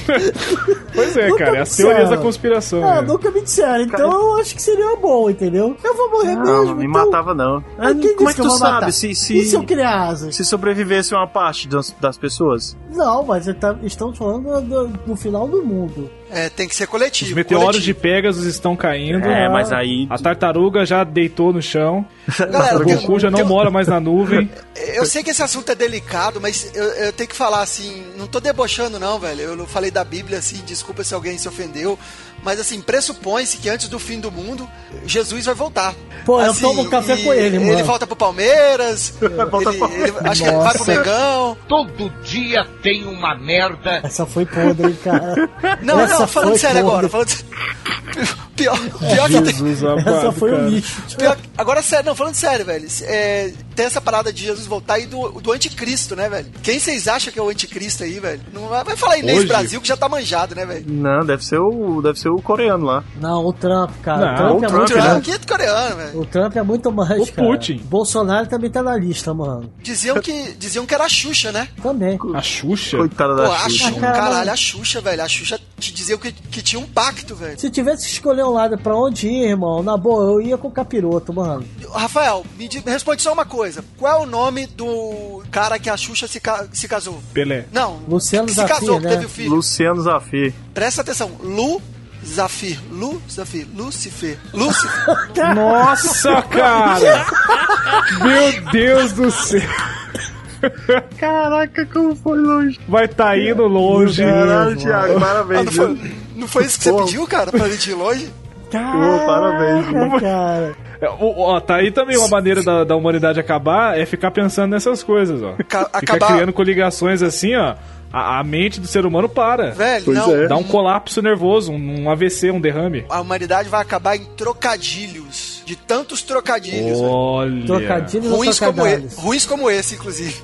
Pois é, nunca cara, me é as teorias disseram. da conspiração. Ah, né? nunca me disseram, então eu acho que seria bom, entendeu? Eu vou morrer Não, mesmo. não me então- matava, não. Ah, Ah, quem Como é disse que eu tu vou matar? é sabe se, se, E se eu criar asas? se sobrevivesse uma parte das, das pessoas? Não, mas eu tá- estamos falando do, do final do mundo. É, tem que ser Os coletivo. meteoros de coletivo. Pegasus estão caindo. É, mas aí. A tartaruga já deitou no chão. Galera, o tem- um Goku já não tem- mora mais na nuvem. Eu sei que esse assunto é delicado, mas eu, eu tenho que falar assim, não tô debochando não, velho. Eu não falei da Bíblia assim, desculpa se alguém se ofendeu, mas assim, pressupõe-se que antes do fim do mundo, Jesus vai voltar. Pô, eu assim, tomo café e com ele, mano. Ele volta pro Palmeiras, voltar ele- pro ele- acho que ele vai pro Mengão. Todo dia tem uma merda. Essa foi podre, hein, cara. Não, Essa não, falando foi sério podre. agora, falando sério. Pior, pior que tem. Jesus, amado, Essa foi cara. um lixo. Pior que- agora, é sério, não, falando sério, velho. é, tem essa parada de Jesus voltar e do, do anticristo, né, velho? Quem vocês acham que é o anticristo aí, velho? Não vai vai falar inglês Hoje? Brasil que já tá manjado, né, velho? Não, deve ser o. Deve ser o coreano lá. Não, o Trump, cara. Não, o Trump é o muito Trump, né? mais. Aqui é do coreano, velho. O Trump é muito mais. O cara. Putin. Bolsonaro também tá na lista, mano. Diziam que, diziam que era a Xuxa, né? Também. A Xuxa? Coitada Pô, da a Xuxa. Xuxa, Caralho. caralho, a Xuxa, velho. A Xuxa te diziam que, que tinha um pacto, velho. Se tivesse que escolher um lado pra onde ir, irmão, na boa, eu ia com o capiroto, mano. Rafael, me, di- me responde só uma coisa. Qual é o nome do cara que a Xuxa se, ca- se casou? Pelé. Não. Luciano que se Zafir, casou, que né? teve o filho. Luciano Zafir. Presta atenção. Lu Zafir. Lu Zafir. Lucifer. Lucifer. Nossa, cara! Meu Deus do céu! Caraca, como foi longe. Vai tá indo longe. Caralho, Thiago, Ah, parabéns. não, foi, viu? não foi isso que você Porra. pediu, cara, pra gente ir longe? Pô, parabéns. viu? É, cara. É, o- Ó, tá aí também uma maneira da, da humanidade acabar é ficar pensando nessas coisas, ó. Ca- Ficar acabar- criando coligações assim, ó. A, a mente do ser humano para. Velho, Pois não. é. Dá um colapso nervoso, um, um AVC, um derrame. A humanidade vai acabar em trocadilhos. De tantos trocadilhos, velho. Olha. Trocadilhos ou Ruins como, trocadilhos? e- ruins como esse, inclusive.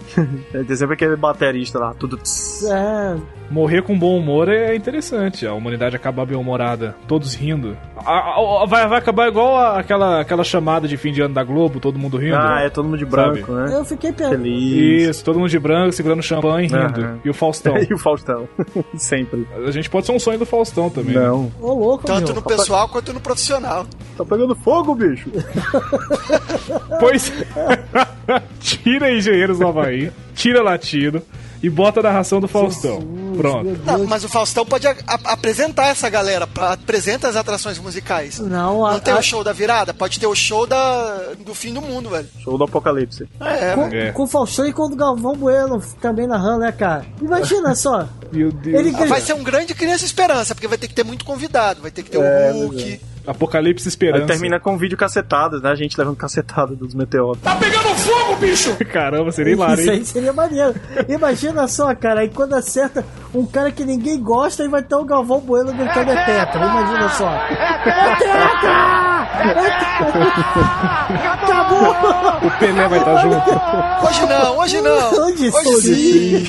É, Tem sempre aquele baterista lá, tudo. tss. É, Morrer com bom humor é interessante. A humanidade acabar bem-humorada, todos rindo. A- a- a- vai, vai acabar igual a- aquela, aquela chamada de fim de ano da Globo, todo mundo rindo. Ah, é todo mundo de branco, né? eu fiquei pensando. Feliz. Isso, todo mundo de branco, segurando champanhe e rindo. Aham. E o Faustão. E o Faustão. Sempre. A gente pode ser um sonho do Faustão também. né? Não. Ô, louco, Tanto meu. no pessoal quanto no profissional. Tá pegando fogo, bicho. Pois. é. Tira engenheiros do Havaí, tira latido e bota a narração do Faustão. Pronto. Não, mas o Faustão pode a- a- apresentar essa galera, pra- apresenta as atrações musicais. Não, a- Não tem a- o show da virada? Pode ter o show da, do fim do mundo, velho. Show do Apocalipse. É, Com, velho. É. com o Faustão e com o Galvão Bueno também narrando, né, cara? Imagina só. Meu Deus. Ah, Ele vai grita. ser um grande Criança Esperança, porque vai ter que ter muito convidado, vai ter que ter o Hulk. Apocalipse Esperança. Aí termina com um vídeo cacetado, né? A gente levando cacetada dos meteoros. Caramba, seria hilário, Isso hein? aí seria maneiro. Imagina só, cara, aí quando acerta um cara que ninguém gosta, aí vai ter o Galvão Bueno gritando é tetra. Imagina só. É tetra! É tetra! Acabou! O Pelé vai estar junto. Hoje não, hoje não. Hoje sim.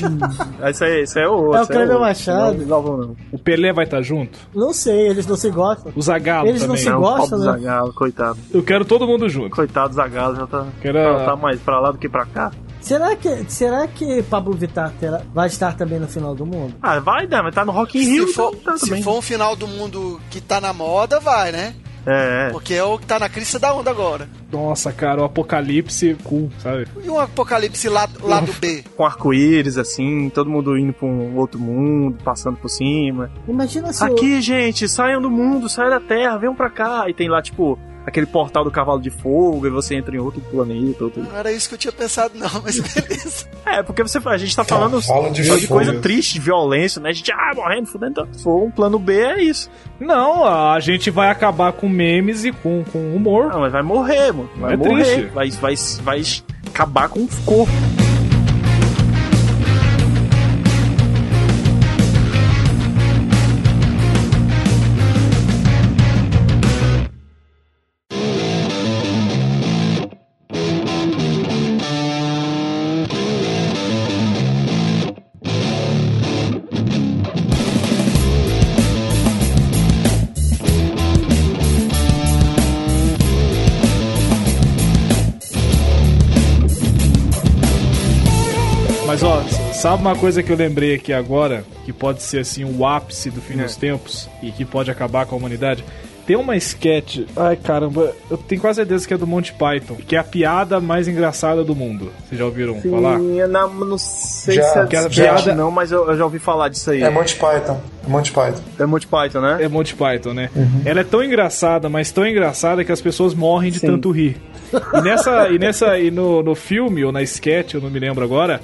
Ah, Isso aí, isso aí é outro. É o isso Kleber outro. Machado. Não, Galvão não. O Pelé vai estar junto. Não sei, eles não se gostam. O Zagallo Eles não também. se- Não, gosta, o né? Bob Zagalo, coitado. Eu quero todo mundo junto. Coitado do Zagalo, já tá, Que era- já tá mais pra lá do que pra cá. Será que, será que Pablo Vittar terá- vai estar também no final do mundo? Ah, vai dar, mas tá no Rock in Rio, Se for, então tá se também. for um final do mundo que tá na moda, vai, né? É, é. Porque é o que tá na crista da onda agora. Nossa, cara, o apocalipse cool, sabe? E um apocalipse lá, lá do B. com arco-íris, assim, todo mundo indo pra um outro mundo, passando por cima. Imagina se o- Aqui, gente, saiam do mundo, saiam da Terra, venham pra cá. E tem lá, tipo, aquele portal do cavalo de fogo e você entra em outro planeta. Outro... Não era isso que eu tinha pensado, não, mas beleza. É, porque você, a gente tá falando Cavalo Ah, de só de fogo. coisa triste, de violência, né? A gente, ah, morrendo, fudendo. Então, se for um plano B, é isso. Não, a gente vai acabar com memes e com, com humor. Não, mas vai morrer, mano. Vai É morrer. triste. Vai, vai, vai acabar com o corpo. Mas ó, s- sabe uma coisa que eu lembrei aqui agora, que pode ser assim o ápice do fim dos tempos e que pode acabar com a humanidade? Tem uma sketch, ai caramba, eu tenho quase certeza que é do Monty Python, que é a piada mais engraçada do mundo. Vocês já ouviram falar? eu não, não sei Já, se é aquela sketch, piada- não, mas eu, eu já ouvi falar disso aí. É Monty Python. É Monty Python. É Monty Python, né? É Monty Python, né? Ela é tão engraçada, mas tão engraçada que as pessoas morrem de Sim. tanto rir. E nessa, e nessa, e no, no filme ou na sketch, eu não me lembro agora,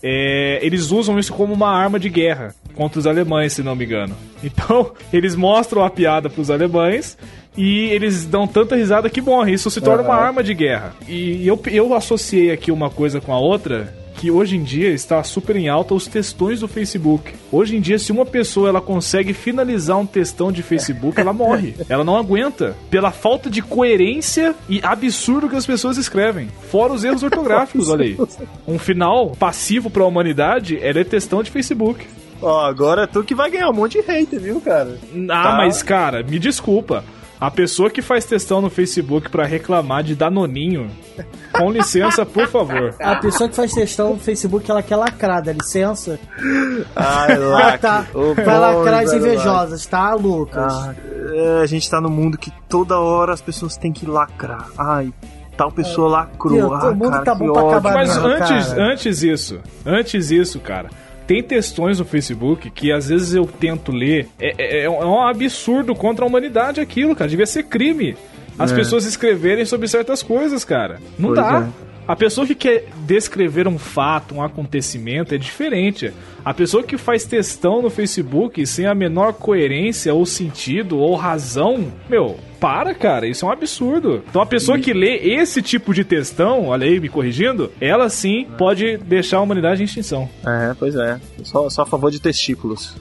é, eles usam isso como uma arma de guerra contra os alemães, se não me engano. Então eles mostram a piada pros alemães. E eles dão tanta risada que morre. Isso se torna uma arma de guerra. E eu, eu associei aqui uma coisa com a outra, que hoje em dia está super em alta os textões do Facebook. Hoje em dia, se uma pessoa ela consegue finalizar um textão de Facebook, ela morre. Ela não aguenta. Pela falta de coerência e absurdo que as pessoas escrevem. Fora os erros ortográficos, olha aí. Um final passivo para a humanidade era textão de Facebook. Ó, agora tu que vai ganhar um monte de hater, viu, cara? Ah, Tá. mas cara, me desculpa. A pessoa que faz textão no Facebook para reclamar de danoninho, com licença, por favor. A pessoa que faz textão no Facebook, ela quer lacrar, dá licença. Ai, Ah, lacre. tá. Ô, Vai lacrar as bom, velho, invejosas, tá, Lucas? Ah, é, a gente tá num mundo que toda hora as pessoas têm que lacrar. Ai, tal pessoa lacrou. Meu, ah, o mundo cara, tá que bom pra ódio. acabar Mas Não, antes, cara. antes isso, antes isso, cara. Tem textões no Facebook que às vezes eu tento ler. É, é- é um- é um absurdo contra a humanidade aquilo, cara. Devia ser crime. As pessoas escreverem sobre certas coisas, cara. Não Pois dá. A pessoa que quer descrever um fato, um acontecimento, é diferente. A pessoa que faz textão no Facebook sem a menor coerência ou sentido ou razão, meu, para, cara, isso é um absurdo. Então a pessoa que lê esse tipo de textão, olha aí me corrigindo, ela sim pode deixar a humanidade em extinção. É, pois é. Só, só a favor de testículos.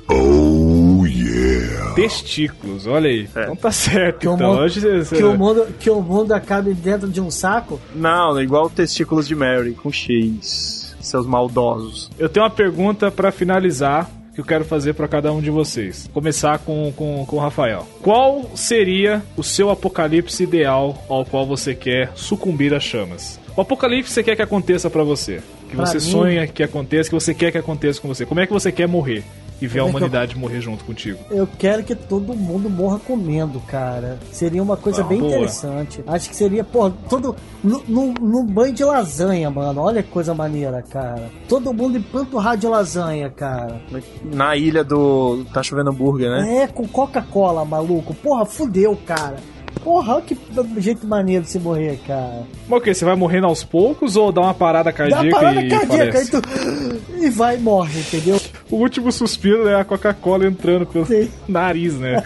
Testículos, olha aí. Então tá certo. Que o então, mundo- hoje você- Que o, mundo, que o mundo acabe dentro de um saco? Não, igual testículos de Mary, com X. Seus maldosos. Eu tenho uma pergunta pra finalizar que eu quero fazer pra cada um de vocês. Começar com, com, com o Rafael. Qual seria o seu apocalipse ideal ao qual você quer sucumbir às chamas? O apocalipse você quer que aconteça pra você? Que Pra você mim? sonha que aconteça, que você quer que aconteça com você? Como é que você quer morrer e ver a Como é que eu- humanidade morrer junto contigo? Eu quero que todo mundo morra comendo, cara. Seria uma coisa Ah, bem boa. interessante. Acho que seria, pô, todo. nu- nu- Num banho de lasanha, mano. Olha que coisa maneira, cara. Todo mundo empanturrado de lasanha, cara. Na ilha do. Tá chovendo hambúrguer, né? É, com Coca-Cola, maluco. Porra, fudeu, cara. Porra, olha que jeito maneiro de se morrer, cara. Mas o que? Você vai morrendo aos poucos ou dá uma parada Dá cardíaca uma parada e cardíaca aí falece? tu... e vai e morre, entendeu? O último suspiro é a Coca-Cola entrando pelo Sim. nariz, né?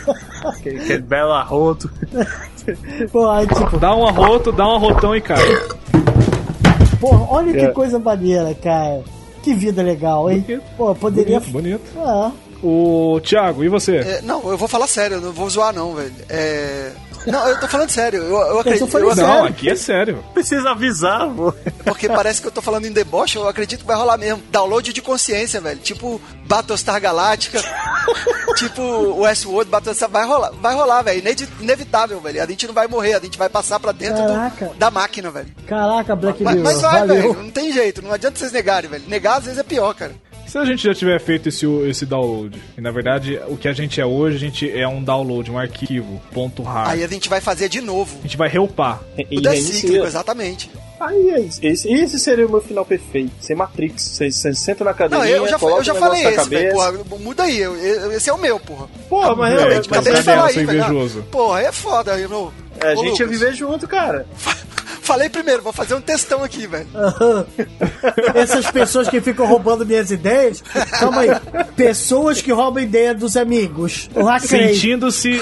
Aquele, É. aquele é belo arroto. Pô, aí, tipo, Dá um arroto, dá um arrotão e cai. porra, olha É. que coisa maneira, cara. Que vida legal, hein? Bonito. Pô, poderia. Bonito, bonito. Ah, O Thiago, e você? É, não, eu vou falar sério, eu não vou zoar, não, velho. É. Não, eu tô falando sério, eu, eu acredito. falei eu- sério. Não, aqui é sério. Precisa avisar, pô. Porque parece que eu tô falando em deboche, eu acredito que vai rolar mesmo. Download de consciência, velho. Tipo Battlestar Galáctica, tipo Westworld, Battlestar. Vai rolar, vai rolar, velho. Inedi- Inevitável, velho. A gente não vai morrer, a gente vai passar pra dentro do- Caraca. da máquina, velho. caraca, Black Mas, Mirror. mas vai, valeu. velho. Não tem jeito, não adianta vocês negarem, velho. Negar às vezes é pior, cara. Se a gente já tiver feito esse, esse download, e na verdade o que a gente é hoje, a gente é um download, um arquivo, ponto .rar. Aí a gente vai fazer de novo. A gente vai reupar. O Ah. E é cíclico, exatamente. Aí, é isso. esse, esse seria o meu final perfeito. Sem Matrix. Você você senta na Não, cadeirinha, eu já, fa- coloca eu já o negócio falei na esse, velho. cabeça. Porra, muda aí. eu- eu- esse é o meu, porra. Pô, mas É, eu, Acabei- mas mas acabei é de falar mesmo, aí, sou velho. invejoso. Porra, é foda, eu não- É, a Ô, gente ia Lucas. viver junto, cara. Falei primeiro, vou fazer um textão aqui, velho. Essas pessoas que ficam roubando minhas ideias. Calma aí. Pessoas que roubam ideia dos amigos. Lacrei. Sentindo-se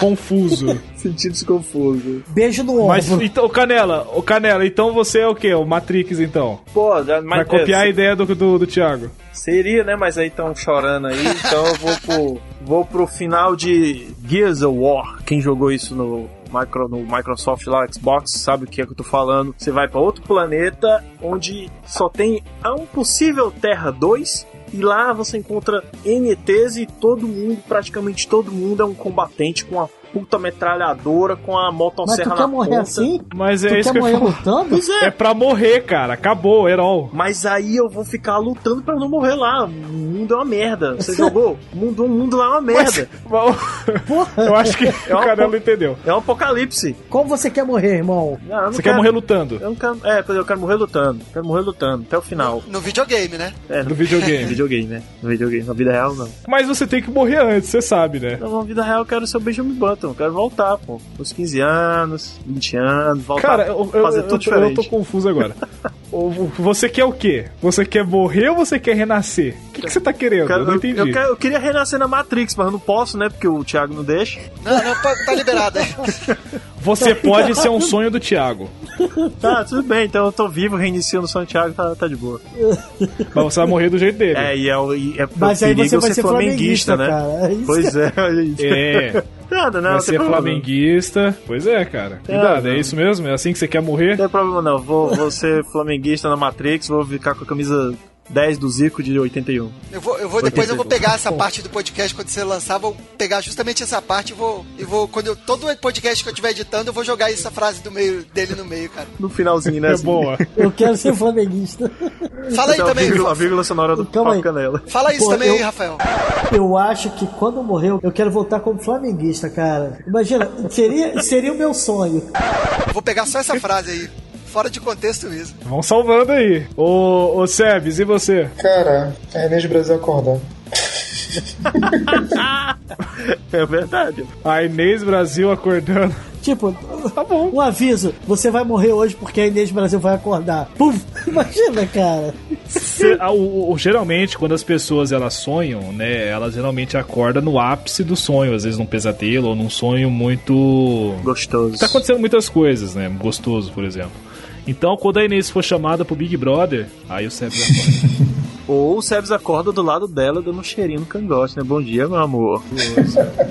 confuso. Sentindo-se confuso. Beijo no ombro. Mas, então, Canela, ô Canela, então você é o quê? O Matrix, então. Pô, já- Vai mas copiar é, a ideia do, do, do Thiago. Seria, né? Mas aí estão chorando aí, então eu vou pro, vou pro final de Gears of War. Quem jogou isso no, micro, no Microsoft lá, Xbox, sabe o que é que eu tô falando. Você vai pra outro planeta onde só tem a um possível Terra 2. E lá você encontra NTs e todo mundo, praticamente todo mundo, é um combatente com uma puta metralhadora, com a Mas motosserra tu na quer morrer ponta. assim? Mas Tu é isso que quer eu morrer falo. lutando? Pois é, É pra morrer, cara. Acabou, é herói. Mas aí eu vou ficar lutando pra não morrer lá. O mundo é uma merda. Você jogou? O mundo, o mundo lá é uma merda. Eu acho que o uma Canela porra. entendeu. É um apocalipse. Como você quer morrer, irmão? Não, eu não Você quer quero- morrer lutando Eu não quero. É, pois é, eu quero morrer lutando. Quero morrer lutando até o final. No videogame, né? É, no no videogame. videogame, né? No videogame. Na vida real, não. Mas você tem que morrer antes, você sabe, né? Não, na vida real eu quero ser o Benjamin Button. Eu quero voltar, pô. Uns 15 anos, 20 anos, voltar. Cara, eu, eu, fazer eu, tudo eu tô- eu diferente. tô confuso agora. Ou vo- você quer o quê? Você quer morrer ou você quer renascer? O que, que você tá querendo? Eu, quero- Eu não eu- entendi. eu quero- eu queria renascer na Matrix, mas eu não posso, né? Porque o Thiago não deixa. Não, não, tá, tá liberado aí. Você pode ser um sonho do Thiago, Tá, tudo bem, então eu tô vivo, reinicio no Santiago, tá, tá de boa. mas você vai morrer do jeito dele. É, e é, o- e é porque Mas o aí perigo você é vai ser ser flamenguista, né? cara. É isso. Pois é, olha isso. É. Nada, vai não, não tem ser problema. flamenguista. Pois é, cara. Cuidado, é não. isso mesmo? É assim que você quer Não morrer? tem problema, não. Vou, vou ser flamenguista na Matrix, vou ficar com a camisa 10 do Zico de 81. Eu vou, eu vou depois eu vou pegar essa parte do podcast quando você lançar, vou pegar justamente essa parte e vou e vou quando eu todo podcast que eu estiver editando, eu vou jogar essa frase do meio dele no meio, cara. No finalzinho, né? É assim. boa. Eu quero ser flamenguista. Fala aí Então, a também. vírgula, a vírgula sonora do Calma Papo aí. Canela. Fala isso Pô, também eu- aí, Rafael. Eu acho que quando eu morrer, eu quero voltar como flamenguista, cara. Imagina, seria, seria o meu sonho. Eu Vou pegar só essa frase aí. Fora de contexto isso. Vão salvando aí. Ô, ô Sebes, e você? Cara, é Inês do Brasil acordar. É verdade. A Inês Brasil acordando. Tipo, Tá bom. um aviso: você vai morrer hoje porque a Inês Brasil vai acordar. Puf, imagina, cara. Se- a- ah, o- o- geralmente, quando as pessoas elas sonham, né? Elas geralmente acordam no ápice do sonho, às vezes num pesadelo ou num sonho muito. Gostoso. Tá acontecendo muitas coisas, né? Gostoso, por exemplo. Então, quando a Inês for chamada pro Big Brother, aí o Sebes acorda. Ou o Sebs acorda do lado dela dando um cheirinho no cangote, né? Bom dia, meu amor.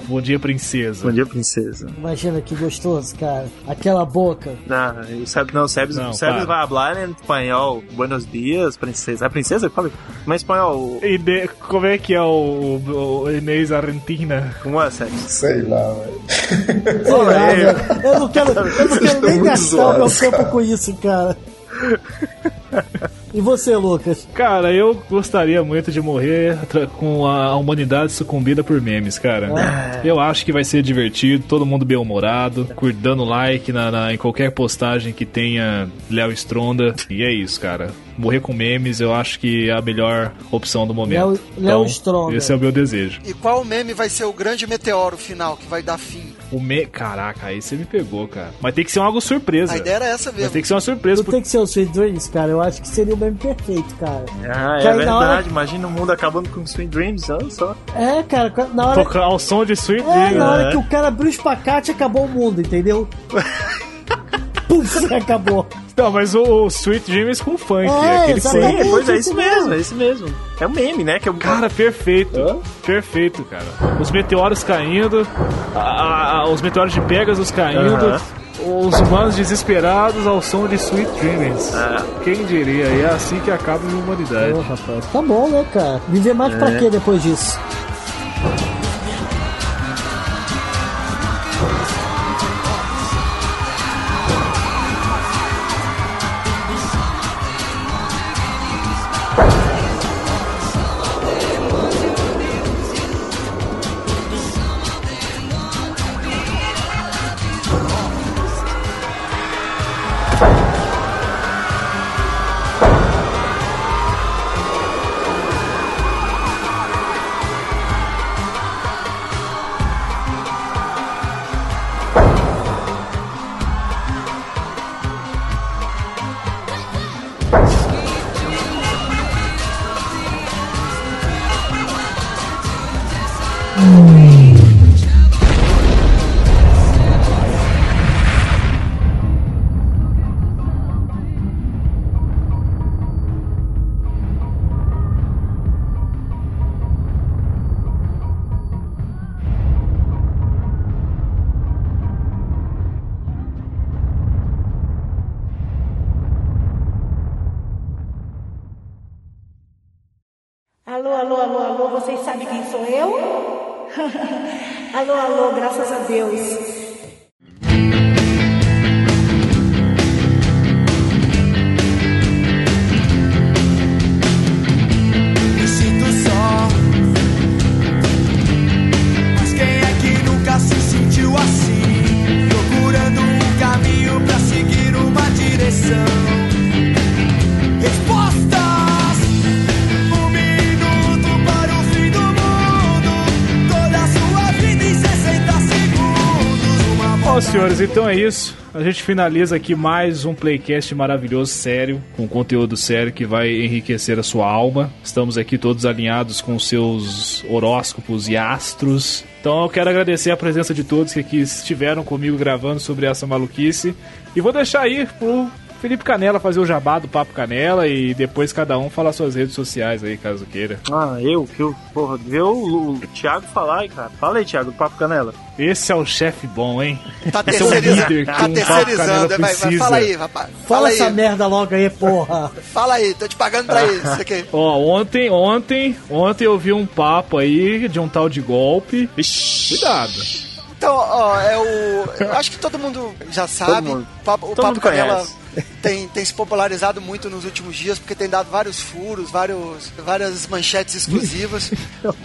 Bom dia, Bom princesa. dia, princesa. Imagina que gostoso, cara. Aquela boca. Não, e o Sebs, não, o Sebs, Não, o Sebs para. vai falar em espanhol. Buenos dias, princesa. É princesa que fala? Mas espanhol, Ine- Como é que é o, o- o Inês Argentina? como é, Sebs? Sei lá, velho. Sei lá, velho. eu não quero, eu não quero nem muito gastar o meu zoados, tempo com isso, cara. E você, Lucas? Cara, eu gostaria muito de morrer tra- com a humanidade sucumbida por memes, cara. Ah. Eu acho que vai ser divertido, todo mundo bem-humorado, cur- dando like na, na- em qualquer postagem que tenha Léo Stronda. E é isso, cara. Morrer com memes eu acho que é a melhor opção do momento. Léo- Léo Stronda. Esse é o meu desejo. E qual meme vai ser o grande meteoro final que vai dar fim? O me... Caraca, aí você me pegou, cara. Mas tem que ser algo surpresa. A ideia é era essa Mas mesmo. tem é. que ser uma surpresa, Não Tipo porque tem que ser o Sweet Dreams, cara. Eu acho que seria o meme perfeito, cara. Ah, é Cai na verdade. hora. Imagina o mundo acabando com Swing Dreams, olha só. É, cara, na hora. tocar ao som de Sweet É, Dreams, na né? hora que o cara abriu o espacate, acabou o mundo, entendeu? Puf, acabou. Tá Não, mas o, o Sweet Dreams com funk. É, aquele exatamente. funk. É, pois é, isso isso mesmo. mesmo, é isso mesmo. É um meme, né? Que é um... Cara, perfeito. Hã? Perfeito, cara. Os meteoros caindo, a- a- os meteoros de Pegasus caindo, os humanos desesperados ao som de Sweet Dreams. Quem diria? E é assim que acaba a humanidade. Ô, rapaz, tá bom, né, cara? Viver mais É. pra quê depois disso? Alô, alô, alô, alô, vocês sabem quem sou eu? alô, alô, graças a Deus. Me sinto só. Mas quem é que nunca se sentiu assim? Procurando um caminho pra seguir uma direção. Respostas! Um minuto para o fim do mundo. Toda a sua vida em 60 segundos. Uma Bom, senhores, então é isso. A gente finaliza aqui mais um playcast maravilhoso, sério, com conteúdo sério que vai enriquecer a sua alma. Estamos aqui todos alinhados com os seus horóscopos e astros. Então eu quero agradecer a presença de todos que aqui estiveram comigo gravando sobre essa maluquice. E vou deixar aí pro Felipe Canela fazer o jabá do Papo Canela e depois cada um falar suas redes sociais aí, caso queira. Ah, eu, que eu, porra, vê o, o, Thiago falar aí, cara. Fala aí, Thiago, do Papo Canela. Esse é o chefe bom, hein? Tá Esse é o líder que terceirizando. Tá um Papo Canela terceirizando. Vai, vai, precisa. fala aí, rapaz. Fala, Fala aí. essa merda logo aí, porra. Fala aí, tô te pagando pra isso aqui. Ó, ontem, ontem, ontem eu vi um papo aí de um tal de golpe. Cuidado. Então, ó, é o. Eu acho que todo mundo já sabe. mundo. O Papo, o Todo Papo mundo Canela conhece. tem, tem se popularizado muito nos últimos dias, porque tem dado vários furos, vários, várias manchetes exclusivas.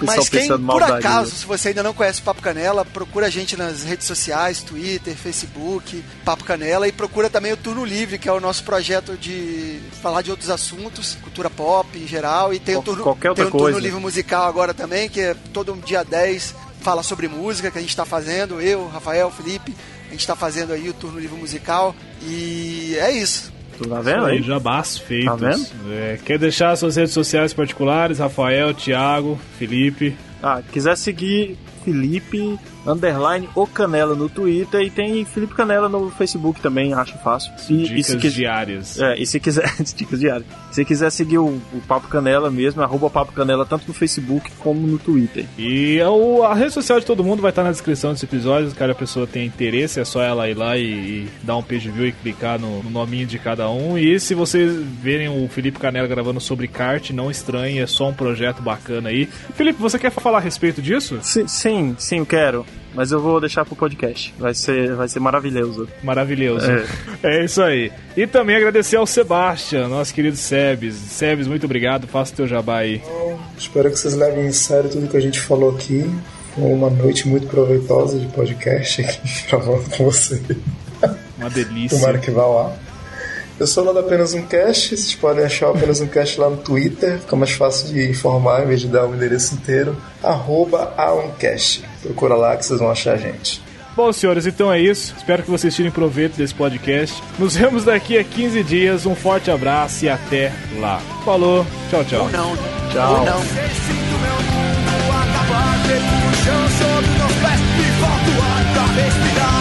Mas quem, pensando por maldade, acaso, né? se você ainda não conhece o Papo Canela, procura a gente nas redes sociais, Twitter, Facebook, Papo Canela, e procura também o Turno Livre, que é o nosso projeto de falar de outros assuntos, cultura pop em geral, e tem o Qual- Turno, qualquer outra tem o turno coisa. Livre livro musical agora também, que é todo dia 10 fala sobre música que a gente está fazendo, eu, Rafael, Felipe, a gente está fazendo aí o turno livro musical e é isso. Tu tá vendo aí? Jabás feitos. Tá vendo? É, quer deixar suas redes sociais particulares? Rafael, Thiago, Felipe. Ah, quiser seguir Felipe underline o Canela no Twitter e tem Felipe Canela no Facebook também, acho fácil. E, e Dicas se quis- diárias. Hum, É, e se quiser, dicas diárias. Se quiser seguir o, o Papo Canela mesmo, arroba Papo Canela tanto no Facebook como no Twitter. E é o- a rede social de todo mundo vai estar na descrição desse episódio. Caso a pessoa tenha interesse, é só ela ir lá e, e dar um page view e clicar no, no nominho de cada um. E se vocês verem o Felipe Canela gravando sobre kart, não estranhe, é só um projeto bacana aí. Felipe, você quer falar a respeito disso? Sim, sim, sim, eu quero. Mas eu vou deixar pro podcast. Vai ser, vai ser maravilhoso. Maravilhoso. É. isso aí. E também agradecer ao Sebastian, nosso querido Sebes. Sebes, muito obrigado. Faça o teu jabá aí. Espero que vocês levem em sério tudo que a gente falou aqui. Foi uma noite muito proveitosa de podcast aqui gravando com vocês. Uma delícia. Tomara que vá lá. Eu sou lá do Apenas Um Cast, vocês podem achar o Apenas Um Cast lá no Twitter, fica mais fácil de informar em vez de dar o endereço inteiro. Arroba A1Cast. Procura lá que vocês vão achar a gente. Bom, senhores, então é isso. Espero que vocês tirem proveito desse podcast. Nos vemos daqui a 15 dias. Um forte abraço e até lá. Falou. Tchau, tchau. Ou não. Tchau. Ou não. Sei se do meu mundo acabar, ter puxão sobre meus pés e volto a respirar. um é é